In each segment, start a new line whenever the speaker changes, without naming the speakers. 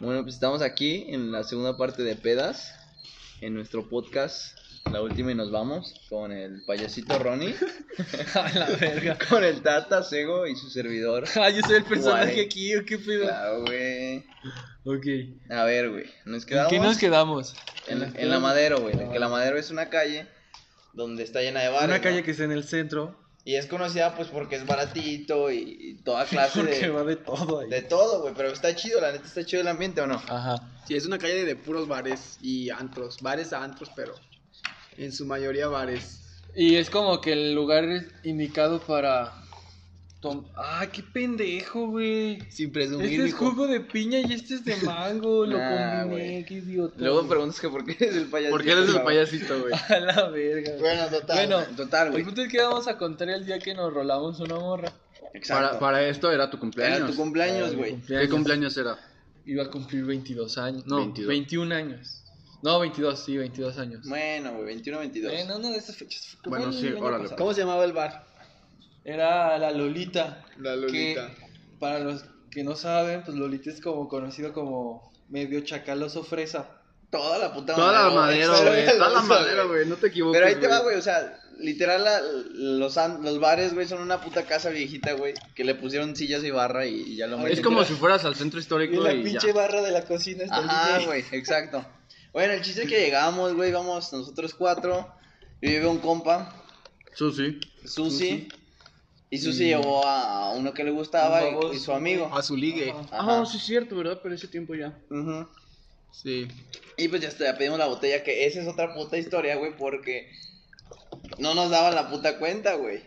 Bueno, pues estamos aquí en la segunda parte de Pedas, en nuestro podcast, la última y nos vamos, con el payasito Ronnie,
A la verga.
con el Tata Sego y su servidor.
Ah, yo soy el personaje
Guare.
aquí, ¿o qué pedo?
Claro, güey.
Ok. ¿En
A ver, güey, nos quedamos
qué nos quedamos?
en, la- en la Madero, güey, que la Madero es una calle donde está llena de bares.
Una calle
¿no?
que está en el centro,
Y es conocida, pues, porque es baratito y, y toda clase
porque
de,
va de todo ahí.
de todo, güey, pero está chido, la neta, está chido el ambiente, ¿o no?
Ajá.
Sí, es una calle de puros bares y antros. Bares a antros, pero en su mayoría bares.
Y es como que el lugar es indicado para. tom- Ah, qué pendejo, güey.
Sin presumir,
Este es
hijo.
jugo de piña y este es de mango. Lo
Nah,
combiné,
güey.
qué idiota.
Luego
güey.
preguntas que por qué eres el payasito.
Porque eres el
güey.
payasito, güey.
A la verga. güey.
Bueno, total.
Bueno,
total, güey.
El punto es que vamos a contar el día que nos rolamos una morra.
Exacto.
pues, Para, para esto era tu cumpleaños.
Era tu
Ah,
cumpleaños, güey.
¿Qué cumpleaños era?
Iba a cumplir 22 años. No,
22.
21 años. No, 22, sí, 22 años.
Bueno, güey, 21, 22.
En una de esas fechas. fue como
Bueno,
el
sí,
año
órale.
pasado.
¿Cómo se llamaba el bar?
Era la Lolita.
La Lolita.
Que, para los que no saben, pues Lolita es como conocido como medio chacaloso fresa.
Toda la puta
Toda la
madera,
madera, güey.
Eso era
Toda la
lo-
madera, güey. No te equivoques.
Pero ahí te va, güey, o sea, literal la- los, an- los bares, güey, son una puta casa viejita, güey, que le pusieron sillas y barra y, y ya lo
Es
meten.
como si fueras al centro
Y
histórico
la
y,
pinche
ya.
barra de la cocina está
Ajá,
bien.
güey, exacto. Bueno, el chiste es que llegamos, güey, vamos nosotros cuatro. Yo llevé un compa,
Susi.
Susi. Y Susi llevó a a uno que le gustaba
Un
y,
baboso,
y su amigo.
A su ligue.
Ajá.
Ah,
Ajá.
es cierto, ¿verdad? Pero ese tiempo ya.
Ujú.
Sí.
Y pues ya, está, ya pedimos la botella, que esa es otra puta historia, güey, porque no nos daban la puta cuenta, güey.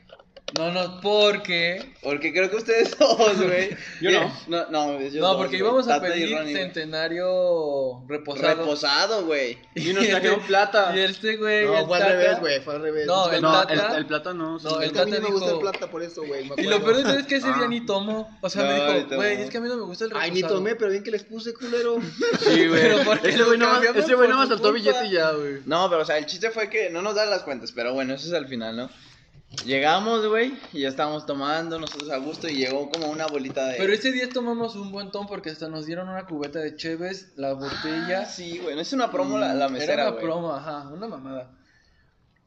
No, no, porque.
Porque creo que ustedes dos, güey.
Yo no.
No, no, yo
no,
dos,
porque
güey.
íbamos a
Tata y
pedir
Ronnie, güey.
centenario reposado.
Reposado, güey.
Y nos trajeron plata.
Y este güey. el
fue al
Tata-
revés, güey, fue al revés.
No,
Disculpa.
el
No,
Tata-
el, el plata no. sí.
No, el
Es que a mí
Tata
no me gusta
dijo-
el plata por eso, güey. me
Y lo
acuerdo.
peor de todo es que ese
Ah.
día ni tomó. O sea,
No,
me
ni
dijo,
tomó.
güey, es que a mí no me gusta el reposado.
Ay, ni tomé, pero bien que les puse, culero.
Sí, güey.
Pero ¿por qué
Ese güey
lo
nomás,
cambiaron
ese güey
por
nomás
tu
saltó
culpa?
billete y ya, güey.
No, pero o sea, el chiste fue que no nos dan las cuentas, pero bueno, eso es al final, ¿no? Llegamos, güey, y ya estábamos tomando nosotros a gusto y llegó como una bolita de...
Pero ese día tomamos un buen ton porque hasta nos dieron una cubeta de cheves, la botella.
Ah, Sí, güey, no es una promo la, la mesera,
Era una
güey.
promo, ajá, una mamada.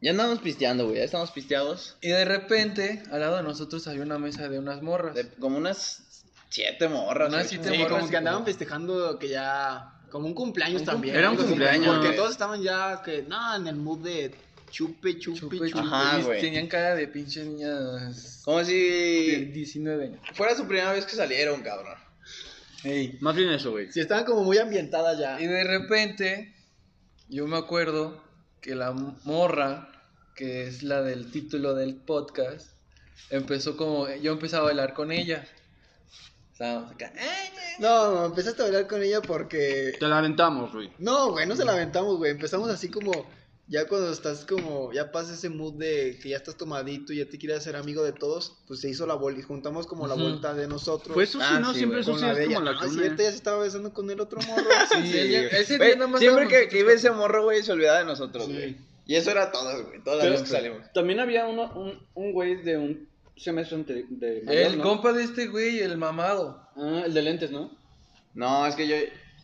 Ya andamos pisteando, güey, ya estamos pisteados.
Y de repente, al lado de nosotros había una mesa de unas morras.
De- como unas siete morras.
Unas
güey.
siete
Sí,
morras.
como
y
que
Andaban festejando que ya. Como un cumpleaños
Un
también.
Era un
algo así,
cumpleaños.
Porque todos estaban ya que. No, en el mood de chupe, chupe,
Chupe,
chupe.
chupe,
Ajá,
y
güey.
Tenían cara de pinches niñas
Como
de
si
19 años.
fuera su primera vez que salieron, cabrón.
Ey.
Más bien eso, güey.
Sí, estaban como muy ambientadas ya.
Y de repente, yo me acuerdo que la morra, que es la del título del podcast, empezó como. Yo empecé a bailar con ella. Estábamos acá.
No, no, empezaste a hablar con ella porque.
Te la aventamos, güey.
No, güey, no se la aventamos, güey. Empezamos así como. Ya cuando estás como. Ya pasa ese mood de que ya estás tomadito y ya te quieres hacer amigo de todos. Pues se hizo la boli. Juntamos como la
Ujú.
vuelta de nosotros.
Pues
Fue Susi,
Ah,
¿no?
sí,
Siempre
güey.
Susi es como la
Ah,
que
sí, ahorita
une.
ya se estaba besando con el otro morro.
Sí, ella- ese día
Güey,
nada más
siempre
éramos
que, que iba ese morro, güey, se olvidaba de nosotros, güey. Y eso era todo, güey, todas las
Pero-
veces que salimos.
También había uno, un, un güey de un semestre ante- de mayor,
El
¿no?
compa de este güey, el mamado.
Ah, el de lentes, ¿no?
No, es que yo.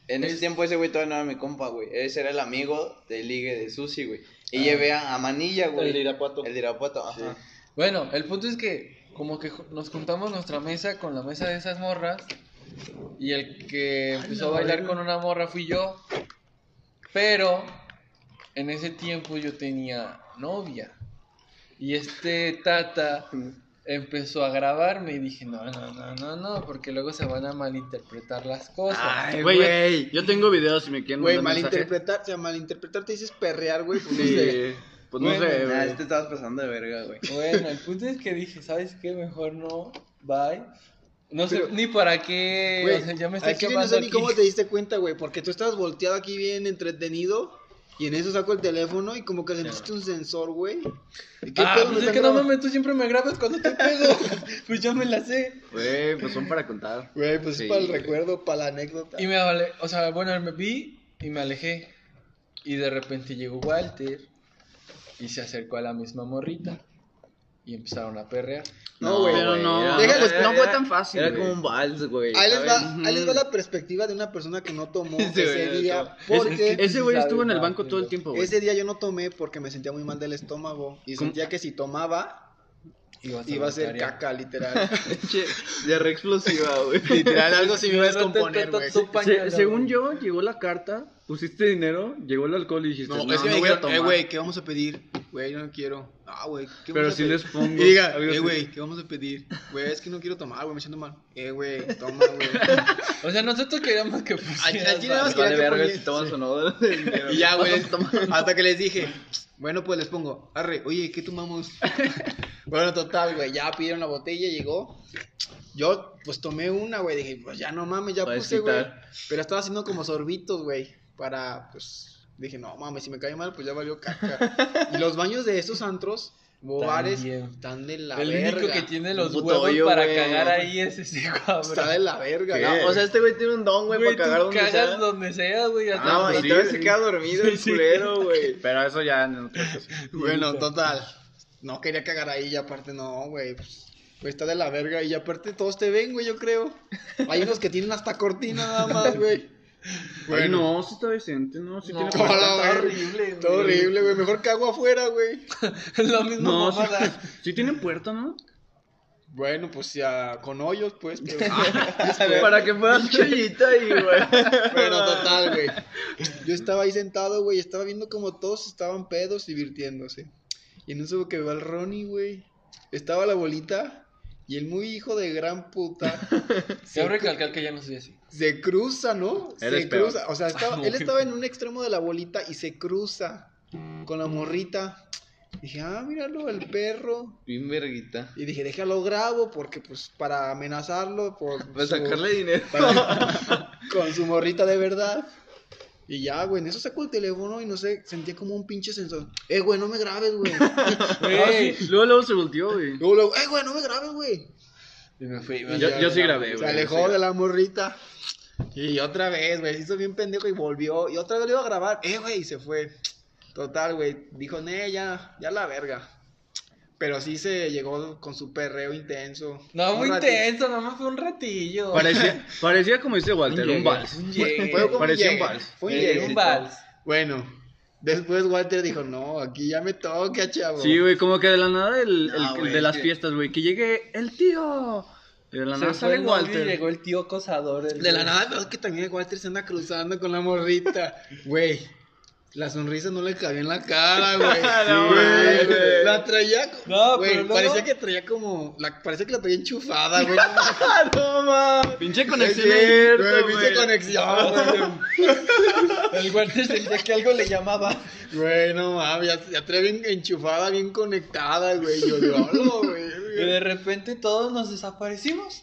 En ese
Es-
tiempo ese güey todavía no era mi compa, güey. Ese era el amigo del ligue de Susi, güey. Y llevé a, a Manilla, güey.
El de Irapuato.
El de Irapuato, ajá.
Bueno, el punto es que como que ju- nos juntamos nuestra mesa con la mesa de esas morras y el que empezó a
eh.
bailar con una morra fui yo. Pero en ese tiempo yo tenía novia y este tata empezó a grabarme y dije, no, no, no, no, no, porque luego se van a malinterpretar las cosas.
Ay,
Güey, yo tengo videos si me quieren
Güey,
mandar mensaje.
malinterpretar, o sea, malinterpretar te dices perrear, güey. pues, no sé.
Sí. Pues no sé,
Nah,
güey.
este estabas pasando de verga, güey.
Bueno, el punto es que dije, ¿sabes qué? Mejor no, bye. No sé
Pero-
ni para qué,
Güey,
o sea, ya me estoy
aquí no
quemando
sé ni
aquí.
cómo te diste cuenta, güey, porque tú estabas volteado aquí bien entretenido y en eso saco el teléfono y como que sentiste un sensor, güey. ¿Y ¿Qué
ah,
pedo?
pues
¿Me
es
están
que no
grabando?
mames, tú siempre me grabas cuando te pego. pues yo me la sé.
Güey, pues son para contar.
Güey, pues
Sí,
es para el
güey.
recuerdo, para la anécdota.
Y me vale, o sea, bueno, me vi y me alejé. Y de repente llegó Walter y se acercó a la misma morrita. Y empezaron a perrear.
No, güey.
Pero no.
era-
Déjalo,
era-
no fue
era-
tan fácil.
Era
güey. Ah,
como un vals, güey.
Ahí les, va,
Ujú.
ahí les va la perspectiva de una persona que no tomó
Sí, güey,
ese
no
día.
tomó.
Porque
Ese- Ese güey
Sí,
estuvo en el
sabe,
banco
sabe.
todo el tiempo, güey.
ese día yo no tomé porque me sentía muy mal del estómago. Y
¿Cómo?
sentía que si tomaba
Ibas
iba a ser
batallar.
caca, literal.
Che, diarrea explosiva, güey.
literal, algo se me iba a descomponer, güey.
Tu
Se-
pañuelo,
según
güey.
yo, llegó la carta, pusiste dinero, llegó el alcohol y dijiste, no,
No, es que
no
me
voy a
dijeron,
tomar.
eh, güey, ¿qué vamos a pedir? Güey, yo no quiero. Ah, güey, ¿qué
Pero
vamos a
sí
pedir?
les pongo.
Y diga,
Algo
eh,
así.
güey, ¿qué vamos a pedir? Güey, es que no quiero tomar, güey, me siento mal. Eh, güey, toma, güey.
O sea, nosotros queríamos que pusieras
al chile nada
Vale,
vals.
más quería que
verga
ponía-
si tomas o no.
Y ya, güey, les- hasta que les dije, bueno, pues les pongo, arre, oye, ¿qué tomamos? bueno, total, güey, ya pidieron la botella, llegó. Yo, pues tomé una, güey, dije, pues ya no mames, ya
Para
puse, güey.
excitar.
Pero estaba haciendo como sorbitos, güey, para, pues, dije, no mames, si me cae mal, pues ya valió caca. y los baños de esos antros, bobares,
También.
están de la
El
verga.
único que tiene los
Puto
huevos
hoyo,
para
güey.
cagar ahí es ese
Está
cabrón.
de la verga,
No,
güey.
o sea, este güey tiene un don, güey,
Güey,
para
tú
cagar donde
cagas
sea.
donde sea, güey. hasta
Ah,
No,
donde-
y todavía se queda dormido el culero, güey.
Pero eso ya en otra cosa.
Bueno, total. No quería cagar ahí y aparte no, güey. Pues, güey, está de la verga y aparte todos te ven, güey, yo creo. Hay unos que tienen hasta cortina nada más, güey.
Ay, no, sí está decente, no, sí
No,
tiene
Hola,
puerta.
güey.
horrible,
Está horrible, güey. Mejor cago afuera, güey.
Es lo mismo
No, sí,
mamada.
sí tiene puerta, ¿no?
Bueno, pues ya con hoyos, pues. Pero...
Para que puedas chollita ahí, güey.
bueno, total, güey. Yo estaba ahí sentado, güey, estaba viendo como todos estaban pedos divirtiéndose. Y en eso que va el Ronnie, güey. Estaba la bolita y el muy hijo de gran puta.
Quiero recalcar que ya no soy así.
Se cruza, ¿no?
Eres
se
peor.
cruza. O sea, estaba- él estaba en un extremo de la bolita y se cruza con la morrita. Dije, ah, míralo, el perro.
Bien verguita.
Y dije, déjalo grabo porque, pues, para amenazarlo. Por
Para
su-
sacarle dinero.
para- con su morrita de verdad. Y ya, güey, en eso sacó el teléfono y no sé, sentía como un pinche sensor. Eh, güey, no me grabes, güey.
Güey.
Ah, Luego, luego se volteó, güey.
Luego, luego, eh, güey, no me grabes, güey.
Y me fui.
Yo, yo sí grabé,
Se
güey.
alejó de la morrita. Y otra vez, güey, se hizo bien pendejo y volvió. Y otra vez lo iba a grabar. Eh, güey, y se fue. Total, güey. Dijo, ne, ya, ya la verga. Pero sí se llegó con su perreo intenso.
No,
Un
muy
ratito.
intenso, nomás fue un ratillo.
Parecía, parecía como dice Walter, un vals.
Un
Fue como
llegue.
un
Parecía un
llegue,
vals.
Fue un
Eh,
llegue.
un vals.
Bueno, después Walter dijo, no, aquí ya me toca, chavo.
Sí, güey, como que de la nada el, el-
No,
el
güey,
de las
que-
fiestas, güey, que llegue el tío. Y de la nada
Se fue
sale
el novio y
Walter.
llegó el tío acosador. el-
De la nada, pero es que también Walter se anda cruzando con la morrita. Güey, la sonrisa no le cabía en la cara, güey.
No,
Sí, güey.
güey.
La traía, co-
No,
güey,
pero luego-
parecía que traía como, la, parecía que la traía enchufada, güey.
No, mames.
Pinche
Sí,
conexión.
güey,
abierta,
pinche
güey.
conexión, güey.
El Walter sentía que algo le llamaba.
Güey, no mames, ya, ya traía bien enchufada, bien conectada, güey. Yo digo, "Hola,
Y
güey.
de repente todos nos desaparecimos.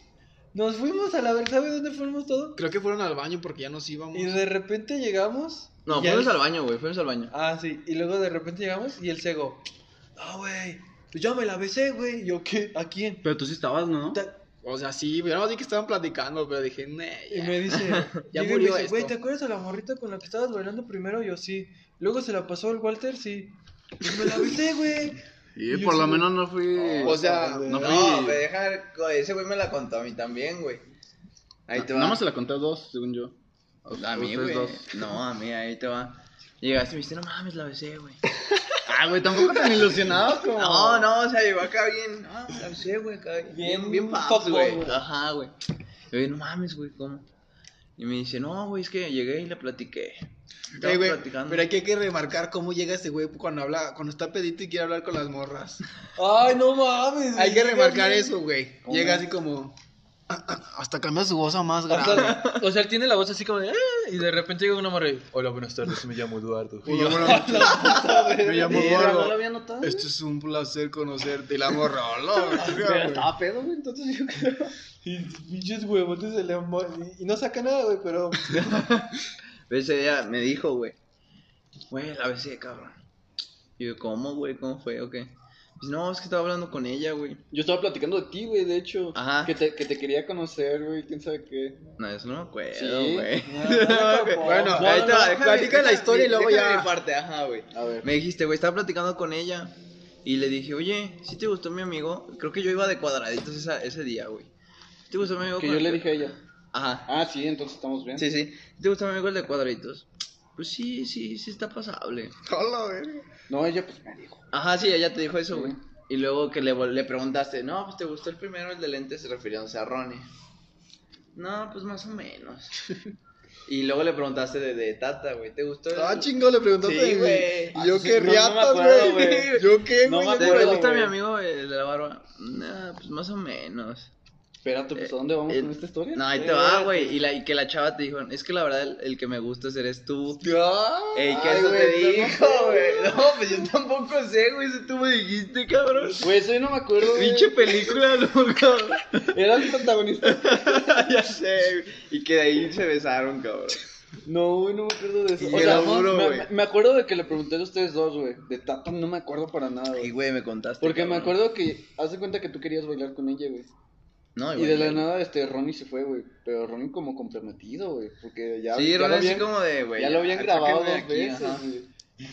Nos fuimos a la verga. ¿Sabe dónde fuimos todos?
Creo que fueron al baño porque ya nos íbamos.
Y de repente llegamos.
No,
y ya
fuimos
el-
al baño, güey. Fuimos al baño.
Ah, sí. Y luego de repente llegamos y el cego. No, güey. Pues yo me la besé, güey. ¿Yo qué? ¿A quién?
Pero tú sí estabas, ¿no?
Ta-
O sea, sí, yo no vi que estaban platicando, pero dije, "Nee,
Y
ya".
me dice,
Ya
llega y me
murió
dice, güey,
esto".
¿te acuerdas a la morrita con la que estabas bailando primero? Yo sí. Luego se la pasó al Walter, sí. Pues me la besé, güey.
Y
Yo
por
sí,
lo
güey.
menos no fui.
O sea,
no fui.
No, me deja. Ese güey me la contó a mí también, güey. Ahí te va.
Nada más se la conté a dos, según yo.
A mí,
Ustedes
güey.
dos.
No, a mí, ahí te va. Llegaste y me dijiste, no mames, la besé, güey.
Ah, güey, tampoco tan ilusionado como.
No, no, o sea, llegó acá bien. No, la besé, güey, acá bien, bien,
Bien
paps,
fuckboy,
güey.
güey.
Ajá, güey. Y yo, no mames, güey, ¿cómo? Y me dice, no, güey, es que llegué y le platiqué. Estaba
Eh, güey,
platicando.
pero aquí hay que remarcar cómo llega ese güey cuando habla, cuando está pedito y quiere hablar con las morras.
Ay, no mames.
Hay que
dígame.
remarcar eso, güey.
¿Cómo?
Llega así como "Ah, ah", hasta cambia su voz a más
O
grave.
sea, o sea, él tiene la voz así como de. "Ah", Y de repente llega una morra y. Hola, buenas tardes, me llamo Eduardo.
Y yo, me llamo
Sí, la- no lo
Eduardo.
había notado.
Esto es un placer conocerte y la morra. "Hola,
Pero
verga, güey".
estaba pedo, güey, entonces yo creo.
Y pinches huevotes se le amó- Y y no saca nada, güey, pero.
Pero ese día me dijo, güey, güey, la besé, cabrón. Y yo, ¿cómo, güey? ¿Cómo fue? ¿O qué? Pues no, es que estaba hablando con ella, güey.
Yo estaba platicando de ti, güey, de hecho.
Ajá.
Que te, que te quería conocer, güey, quién sabe qué.
No, eso no me acuerdo,
Sí. Ah,
güey.
No, no me acuerdo.
bueno,
No,
ahí
no,
te va,
no,
déjame-
platica la
déjame-
historia y luego
déjame
ya.
mi parte, ajá, güey.
A ver.
Me dijiste, güey, estaba platicando con ella. Y le dije, oye, si te gustó mi amigo? Creo que yo iba de cuadraditos esa- ese día, güey. "¿Sí ¿Te gustó mi amigo?
Que
con
yo
el
le
que-"
dije a ella.
Ajá.
Ah, sí, entonces estamos bien.
Sí, sí. ¿Sí ¿Te gusta mi amigo el de cuadraditos? Pues sí, sí, sí está pasable.
Hola, verga.
No, ella pues me dijo.
Ajá, sí, ella te dijo eso, güey.
Sí.
Y luego que le, vol- le preguntaste, no, pues te gustó el primero, el de lentes, refiriéndose a Ronnie. No, pues más o menos. y luego le preguntaste de, de Tata, güey, ¿te gustó? el-
Ah, chingo, le preguntaste.
Sí,
de mí.
güey.
Y yo
Ah, sí,
qué
sí, no, no me
riatas,
acuerdo,
güey.
güey.
Yo qué,
No
güey.
me
yo qué
¿Te
acuerdo,
gusta
güey.
mi amigo el de la barba? No, pues más o menos.
Espérate, pues ¿a dónde vamos
Eh,
con esta historia?
No, ahí te va, güey. Y, la- y que la chava te dijo, es que la verdad el, el que me gusta eres tú. Ey, ¿qué
Ay,
eso
güey,
te
pero no
dijo, güey? No, pues yo tampoco sé, güey, eso tú me dijiste, cabrón.
Güey, eso yo no me acuerdo. güey.
Pinche película, loco.
Era el protagonista.
ya sé, güey. Y que de ahí se besaron, cabrón.
No, güey, no me acuerdo de eso.
Y
O sea,
era duro,
me,
güey.
me acuerdo de que le pregunté a ustedes dos, güey. De Tata no me acuerdo para nada,
Y,
güey.
güey, me contaste.
Porque me
cabrón.
acuerdo que hace cuenta que tú querías bailar con ella, güey.
No,
Y de la
güey.
nada, este, Ronnie se fue, güey. Pero Ronnie como comprometido, güey. Porque ya,
Sí,
ya
Ron,
lo
así
habían,
como de, güey. ah,
ya lo habían
sáquenme
grabado
de
dos
aquí,
veces,
ajá.
güey.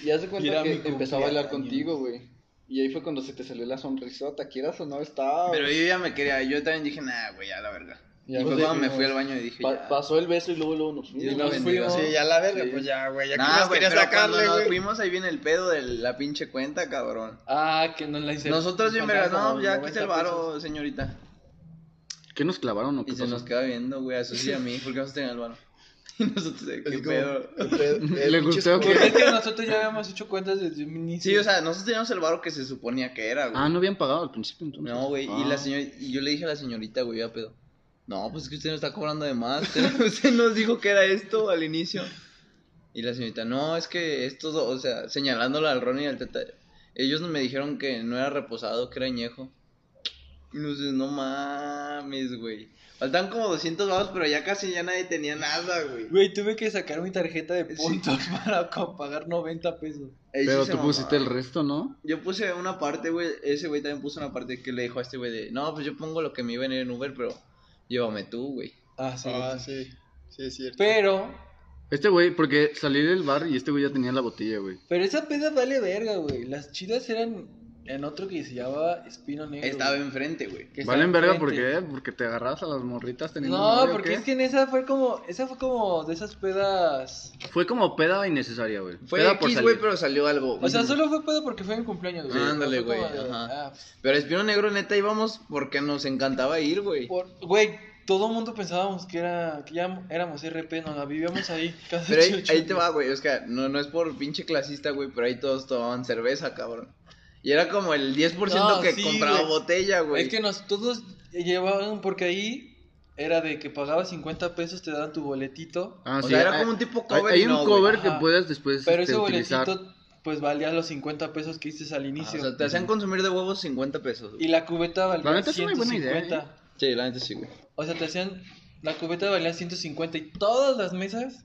Y hace cuenta
Era
que
mi
empezó a bailar
cumpleaños.
contigo, güey. Y ahí fue cuando se te salió la sonrisota, quieras o no, estaba...
Pero yo ya me quería, yo también dije, nah, güey, ya la verga.
Ya,
y fue
pues,
cuando
sí,
me fui
no.
al baño y dije,
Pa-
ya.
pasó el beso y luego, luego nos fuimos.
Dios la bendiga.
fuimos.
Sí, ya la verga,
Sí.
pues ya, güey. Ya que
Nah,
más
güey,
quería
pero cuando
sacarle,
nos
güey.
fuimos ahí viene el pedo de la pinche cuenta, cabrón.
Ah, que nos la hicieron.
Nosotros bien vergas,
Encontraron
no,
como
ya
90
quita el
pesos.
varo, señorita.
¿Qué nos clavaron o
Y se nos queda viendo, güey, a Susi y a mí, porque vamos a tener el varo. Y nosotros, de, qué
Así como,
pedo.
qué pedo.
Le
Eh, pinches
gustó,
cosas.
Porque es que nosotros ya habíamos hecho cuentas desde un inicio.
Sí, o sea, nosotros teníamos el varo que se suponía que era,
Ah,
güey.
no habían pagado al principio entonces.
No, güey, y la señorita, y yo le dije a la señorita, güey, ya pedo. No, pues es que usted nos está cobrando de más. Usted, usted nos dijo que era esto al inicio. Y la señorita, no, es que estos, dos", o sea, señalándola al Ronnie y al Teta, ellos me dijeron que no era reposado, que era añejo. Y nosotros, no mames, güey. Faltan como 200 vados, pero ya casi ya nadie tenía nada, güey.
Güey, tuve que sacar mi tarjeta de puntos para co- pagar 90 pesos.
Ahí sí
Pero
se
tú pusiste el
mamaron.
resto, ¿no?
Yo puse una parte, güey. Ese güey también puso una parte que le dijo a este güey de, no, pues yo pongo lo que me iba en en Uber, pero llévame tú, güey.
Ah, sí.
Ah, sí. Sí, es cierto.
Pero,
Este güey, porque salí del bar y este güey ya tenía la botella, güey.
pero esa peda vale verga, güey. Las chidas eran en otro que se llamaba Espino Negro.
Estaba
güey,
enfrente, güey.
que
Valen
estaba
verga, ¿por
enfrente.
qué? Porque te agarras a las morritas teniendo
No,
novio,
porque
¿qué?
es que en esa fue como, esa fue como de esas pedas.
Fue como peda innecesaria, güey.
Fue
peda
X, güey, pero salió algo.
O sea, solo fue pedo porque fue mi cumpleaños, güey.
Sí, ándale,
No fue como
güey,
de,
ajá.
ah, pues,
Pero Espino Negro, neta, íbamos porque nos encantaba ir, güey.
por- Güey, todo el mundo pensábamos que era, que ya éramos RP, nos la vivíamos ahí. cada
Pero ahí,
ocho
ahí te
días.
va, güey. O sea, no, no es por pinche clasista, güey, pero ahí todos tomaban cerveza, cabrón. Y era como el 10%
No,
que
sí,
compraba
güey.
botella, güey.
Es que nos todos llevaban, porque ahí era de que pagabas 50 pesos, te daban tu boletito.
Ah,
o
sí.
sea, era
hay-
como un tipo
hay-
cover.
Hay
y no,
un
güey.
cover que
Ajá.
puedes después
Pero
este,
ese
utilizar.
boletito, pues valía los 50 pesos que hiciste al
Ah,
inicio.
o sea, te hacían consumir de huevos 50 pesos.
Y
güey.
la cubeta valía
La neta es una buena
150.
¿eh?
idea,
Sí, la neta sí, güey.
O sea, te hacían. La cubeta valía 150 y todas las mesas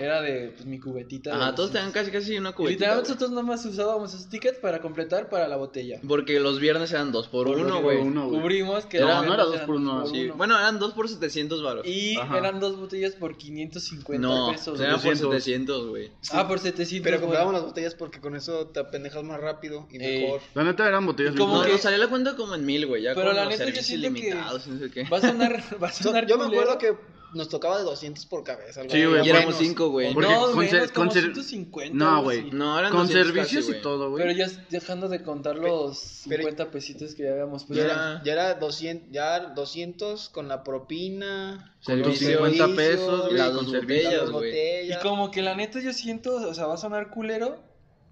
era de pues, mi cubetita. de
Ajá, todos
200.
tenían casi casi una
Y
cubetita.
Literalmente
güey.
nosotros nomás usábamos esos tickets para completar para la botella.
Porque los viernes eran dos por
Por
uno,
uno,
güey.
uno. No, güey.
Cubrimos que
Era-
las
no
era
mesas
dos
eran
por uno,
dos por
Sí.
uno.
Bueno, eran dos por 700 varos.
Y
Ajá.
eran dos botellas por 550
No,
pesos.
eran por
200.
700, güey.
Ah, por 700.
Pero
güey.
comprábamos las botellas porque con eso te apendejas más rápido y
Ey.
mejor.
La neta eran botellas
Y como
No,
limpias.
que-
nos salía la cuenta como en mil, güey. Ya
Pero
con
la
los
neta, yo
servicios
siento que-
ilimitados, no sé qué.
Va a sonar. Va a
So-
sonar
yo me
culero.
acuerdo que nos tocaba de 200 por cabeza. algo
Sí,
así.
güey,
Y éramos
menos.
cinco, güey.
Porque
no,
con
menos,
ser-
como
con ser-
150.
No,
algo
güey.
así.
No, eran
Con
200
servicios
casi,
y
güey.
todo,
Pero
güey.
ya dejando de contar los
pero-
50 pesitos que ya habíamos
Ya
puesto.
era, ya era 200, ya 200 con la propina.
Con tus
servicios,
50
servicios,
pesos,
las
güey,
dos
con
botellas,
servicios.
las
güey.
Y
botellas.
como que la neta yo siento, o sea, va a sonar culero,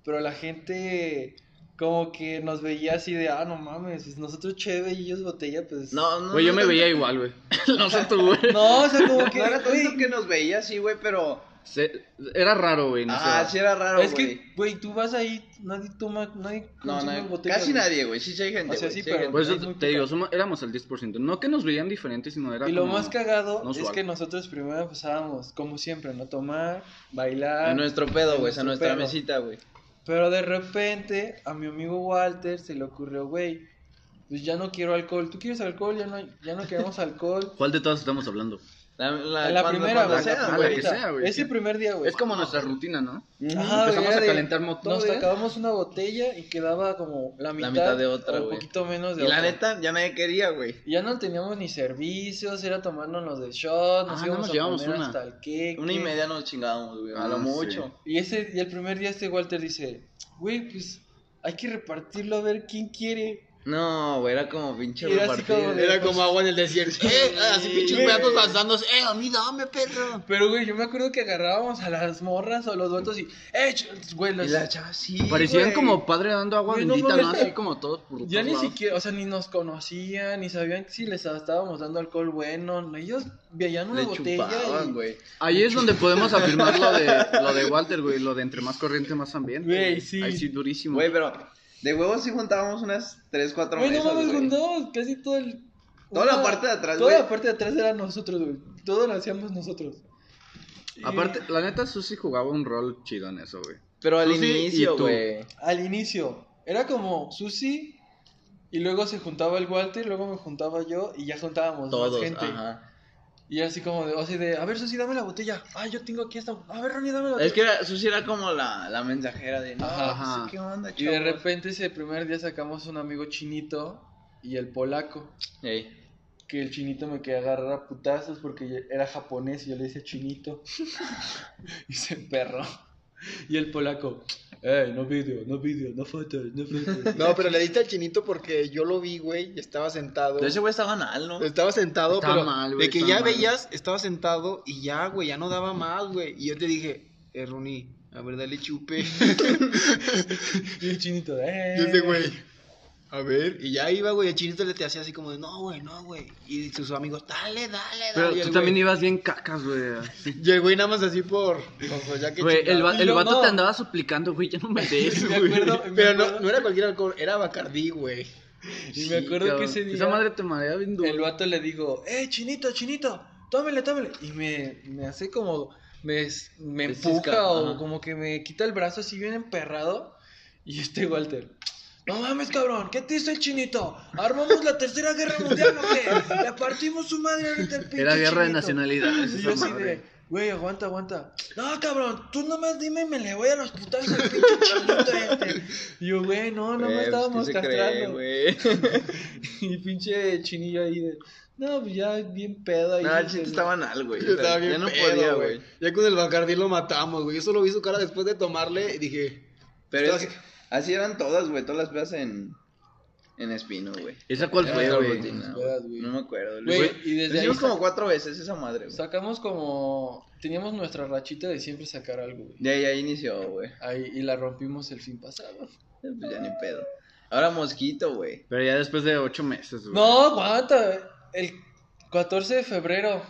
pero la gente como que nos veía así de, ah, no mames, pues nosotros cheve y ellos botella, pues...
No, no.
Güey, yo
no
me
tanto-
veía igual, güey. No sé tú, güey.
No, o sea, como que...
No era tanto
güey,
que nos veía así, güey, pero.
Se- Era raro, güey. no sé,
Ah,
güey.
sí era raro,
es
güey.
que, güey, tú vas ahí, nadie toma, nadie
No,
consume
no,
botella,
casi
güey.
nadie, güey. Sí, sí hay gente.
O sea,
güey,
sí,
hay
pero-
gente.
Por eso
es muy
te digo,
poca.
somos- éramos al 10%. No que nos veían diferentes, sino era
Y lo
como-
más cagado
no
es
suave.
que nosotros primero empezábamos, como siempre, no tomar, bailar.
A nuestro pedo,
a
güey. A
nuestro
nuestra
pedo.
mesita, güey.
Pero de repente a mi amigo Walter se le ocurrió, güey, pues ya no quiero alcohol. ¿Tú quieres alcohol? Ya no, ya no queremos alcohol.
¿Cuál de todas estamos hablando?
La, la-
la
cuando-
primera,
cuando
güey.
sea,
la
güey.
que sea, güey,
Es
sí.
el primer día, güey.
Es como nuestra rutina, ¿no?
Ajá,
Empezamos
Ah, güey,
a
de-
calentar motores.
Nos acabamos una botella y quedaba como la mitad,
¿eh? mitad de otra,
o un
güey.
poquito menos
Y
de
la
otra.
neta, ya nadie quería, güey.
Y Ya no teníamos ni servicios, era tomarnos de shot, nos
Ah,
íbamos
no,
a
llevamos
poner
una.
hasta el queque.
Una y media nos chingábamos, güey. A
Ah,
lo
sí.
mucho.
Y ese, y el primer día este Walter dice, güey, pues hay que repartirlo a ver quién quiere.
No, güey, era como pinche
Era así
repartido.
como de-
Era como agua en el desierto. Eh,
Ah,
así pinches
güey.
gatos pasándose. Eh, a mí dame, perro.
Pero güey, yo me acuerdo que agarrábamos a las morras o a los vatos y, eh, ch- güey, los-
Y la chava sí,
Parecían
güey.
como padre dando agua
Güey, no
bendita, ¿no?
mames.
Así como todos por
Ya
Pues
todos
ni
lados.
siquiera, o sea, ni nos conocían, ni sabían si les estábamos dando alcohol bueno. no, Ellos veían una
Le
botella
chupaban,
y-
güey.
Ahí es donde podemos afirmar lo de, lo de Walter, güey, lo de entre más corriente, más ambiente.
Güey, sí.
Ahí sí, durísimo.
Güey, pero de huevos sí juntábamos unas 3, 4
Güey, no
mesas,
mames,
güey.
juntábamos casi todo el...
Toda la parte de atrás,
Toda
güey.
la parte de atrás era nosotros, güey. Todo lo hacíamos nosotros. Y
Aparte, la neta, Susi jugaba un rol chido en eso, güey.
Pero al
Tú sí,
inicio,
y tú.
güey.
Al inicio, era como Susi y luego se juntaba el Walter, luego me juntaba yo y ya juntábamos
Todos,
más gente.
ajá.
Y así como de, así de, a ver Susi, dame la botella. Ah, yo tengo aquí esta. A ver, Ronnie, dame la botella.
Es que era, Susi era como la, la mensajera de. No,
Ajá,
pues,
ajá.
¿qué onda, chavos?
Y de repente ese primer día sacamos un amigo chinito y el polaco.
Ey.
Que el chinito me quería agarrar a putazos porque era japonés y yo le decía chinito. y se perro. Y el polaco, eh, no video, no video, no fotos, no fotos.
No, pero le diste al chinito porque yo lo vi, güey. y Estaba sentado.
Pero ese güey estaba anal, ¿no?
Estaba sentado,
Estaba
pero
mal, güey,
de que
estaba
ya
mal.
veías, estaba sentado y ya, güey, ya no daba más, güey. Y yo te dije, eh, Rooney, a ver, dale chupe.
y el chinito, eh.
Y ese güey, a ver. Y ya iba, güey, el chinito le te hacía así como de, no, güey, no, güey. Y sus amigos, dale, dale, dale.
Pero
Y el
tú
güey-
también ibas bien cacas, güey.
Y el güey nada más así por... por- pues, ya que
Güey, el,
chingado.
va-
Y
el
yo,
vato
no.
te andaba suplicando, güey, ya no me des,
Me
güey.
acuerdo, me
Pero
acuerdo-
no, no era cualquier alcohol, era Bacardí, güey.
y me acuerdo que ese día
Esa madre te marea bien duro.
el vato le digo, eh, chinito, chinito, tómele, tómele. Y me, me hace como, me, es- me
Pues Es
empuja
cisca,
o
ajá.
como que me quita el brazo así bien emperrado. Y este Walter, no mames, cabrón, ¿qué te hizo el chinito? ¿Armamos la tercera guerra mundial o qué? Le partimos su madre ahorita el pinche
Era guerra de
chinito".
nacionalidades,
Y
esa
yo así
madre.
de, güey, aguanta, aguanta. No, cabrón, tú nomás dime y me le voy a los putazos al pinche chinito este. Y yo, güey, no, nomás
Güey, pues, ¿qué
estábamos
se cree,
castrando.
güey?
Y pinche chinillo ahí de. No, pues ya bien pedo ahí.
No, el
se-
chiste estaba anal, güey.
Yo estaba bien
Ya no
pedo,
podía,
güey.
güey.
Ya con el Bacardí lo matamos, güey. Yo solo vi su cara después de tomarle y dije...
Pero
Estaba
es que así eran todas, güey. Todas las pedas en. En espino, güey.
¿Esa cuál
Era
fue,
nuestra
Eh, güey?
rutina,
Las
güey.
pedas, güey.
No me acuerdo.
Güey,
Güey,
y desde
lo hicimos
ahí
como
sac-
cuatro veces esa madre, güey.
Sacamos como. Teníamos nuestra rachita de siempre sacar algo, güey.
De ahí, ahí inició, güey. Eh,
Ahí, y la rompimos el fin pasado.
Pues ya ni pedo. Ahora mosquito, güey.
Pero ya después de ocho meses, güey.
No, aguanta. El 14 de febrero.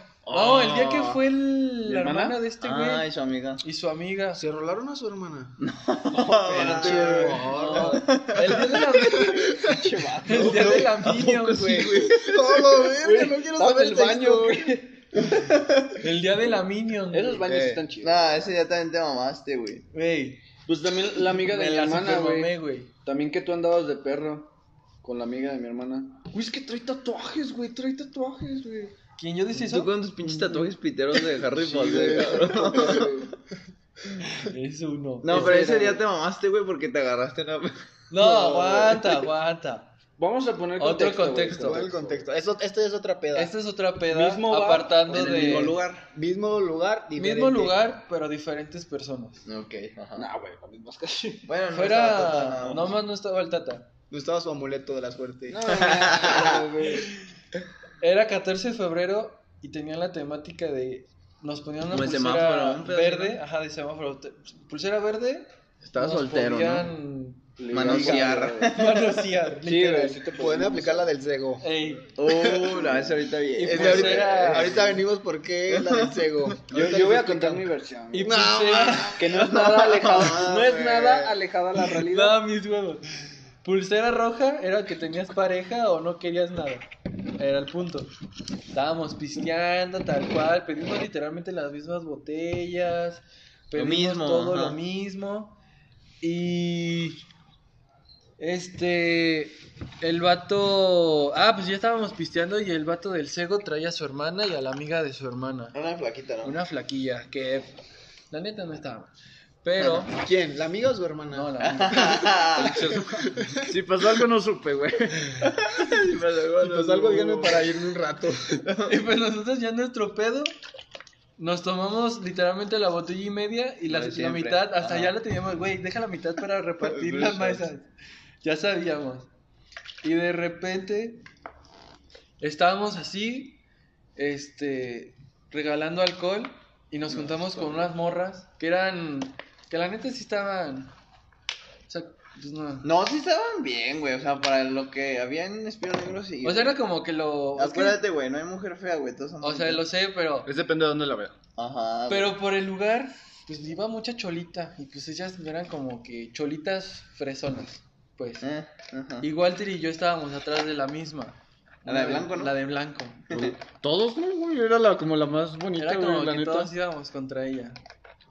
no,
Oh.
el día que fue el- la
¿Mi hermana?
hermana de este güey.
Ay, su amiga.
y su amiga.
¿Se rolaron a su hermana?
No, el día de la. el día de la Minion, güey.
No, lo verga, no quiero saber el baño,
El día de la Minion. güey.
Esos baños
Eh,
están chidos.
Nah, ese ya también te mamaste, güey.
Güey.
Pues también la amiga de
me
mi
la
hermana,
supermamé,
güey. También que tú andabas de perro con la amiga de mi hermana. Güey, es que trae tatuajes, güey, trae tatuajes, güey.
¿Quién yo decía
Tú
eso?
con tus pinches tatuajes piteros de Harry Potter,
güey.
cabrón.
Es uno.
No,
Ese
pero ese
era,
día
güey.
te mamaste, güey, porque te agarraste una.
No, aguanta, aguanta.
Vamos a poner
Otro
contexto. güey,
contexto.
el contexto. Eso, esto es otra peda.
Esta es otra peda
Mismo bar,
apartando
En
de
el mismo lugar.
Mismo lugar, diferente.
mismo lugar, pero diferentes personas.
Ok, ajá.
Nah, güey, la misma casi.
Bueno, no estaba tan
Fuera,
mal.
nomás no estaba el Tata.
No estaba su amuleto de la suerte.
No, no, güey.
Era 14 de febrero y tenían la temática de nos ponían una
Como de
pulsera
semáforo, ¿no? Pero así,
verde,
¿no?
ajá, de semáforo, Te- pulsera verde.
Estaba
nos
soltero, ¿no?
podían
Manosear.
manosear,
Sí,
literal.
güey, sí te
Pueden aplicar la del cego.
Ey,
Uh, la ves ahorita bien.
Es de
Pues
ahorita,
era-
ahorita venimos porque la del cego.
Yo, yo voy a contar mi versión.
y
güey,
pulsera-
Que no es nada alejada.
Ah,
No,
No es
güey.
nada alejada a la realidad.
No, mis huevos. Pulsera roja era que tenías pareja o no querías nada. Era el punto. Estábamos pisteando, tal cual, pedimos literalmente las mismas botellas, pedimos
mismo,
todo
ajá.
lo mismo. Y Este. El vato. Ah, pues ya estábamos pisteando y el vato del cego traía a su hermana y a la amiga de su hermana.
Una flaquita, ¿no?
Una flaquilla que. La neta no estaba mal. Pero.
¿Quién? ¿La amiga o su hermana?
No, la amiga.
Si pasó algo, no supe, güey.
pues algo díganme para irme un rato.
Y pues nosotros ya en nuestro pedo. Nos tomamos literalmente la botella y media y la,
Lo de
la
siempre.
mitad, hasta
Ah.
ya la teníamos, güey, deja la mitad para repartir las mesas. Ya sabíamos. Y de repente estábamos así, este, regalando alcohol y nos juntamos con unas morras que eran, que la neta sí estaban, o sea, pues no.
No, sí estaban bien, güey. O sea, para lo que había en Espío Negro, sí.
O sea, era como que lo... es que-
Acuérdate, güey, no hay mujer fea, güey. Todos son
o sea, lo sé, pero...
Es depende de dónde la veo.
Ajá. güey.
Pero por el lugar, pues iba mucha cholita. Y pues ellas eran como que cholitas fresonas. Pues.
Eh, ajá.
Y Walter y yo estábamos atrás de la misma.
La
Una
de blanco, ¿no?
La de blanco.
Todos, no, güey. Era la, como la más bonita,
Era
güey,
como
la
que
neta.
todos íbamos contra ella.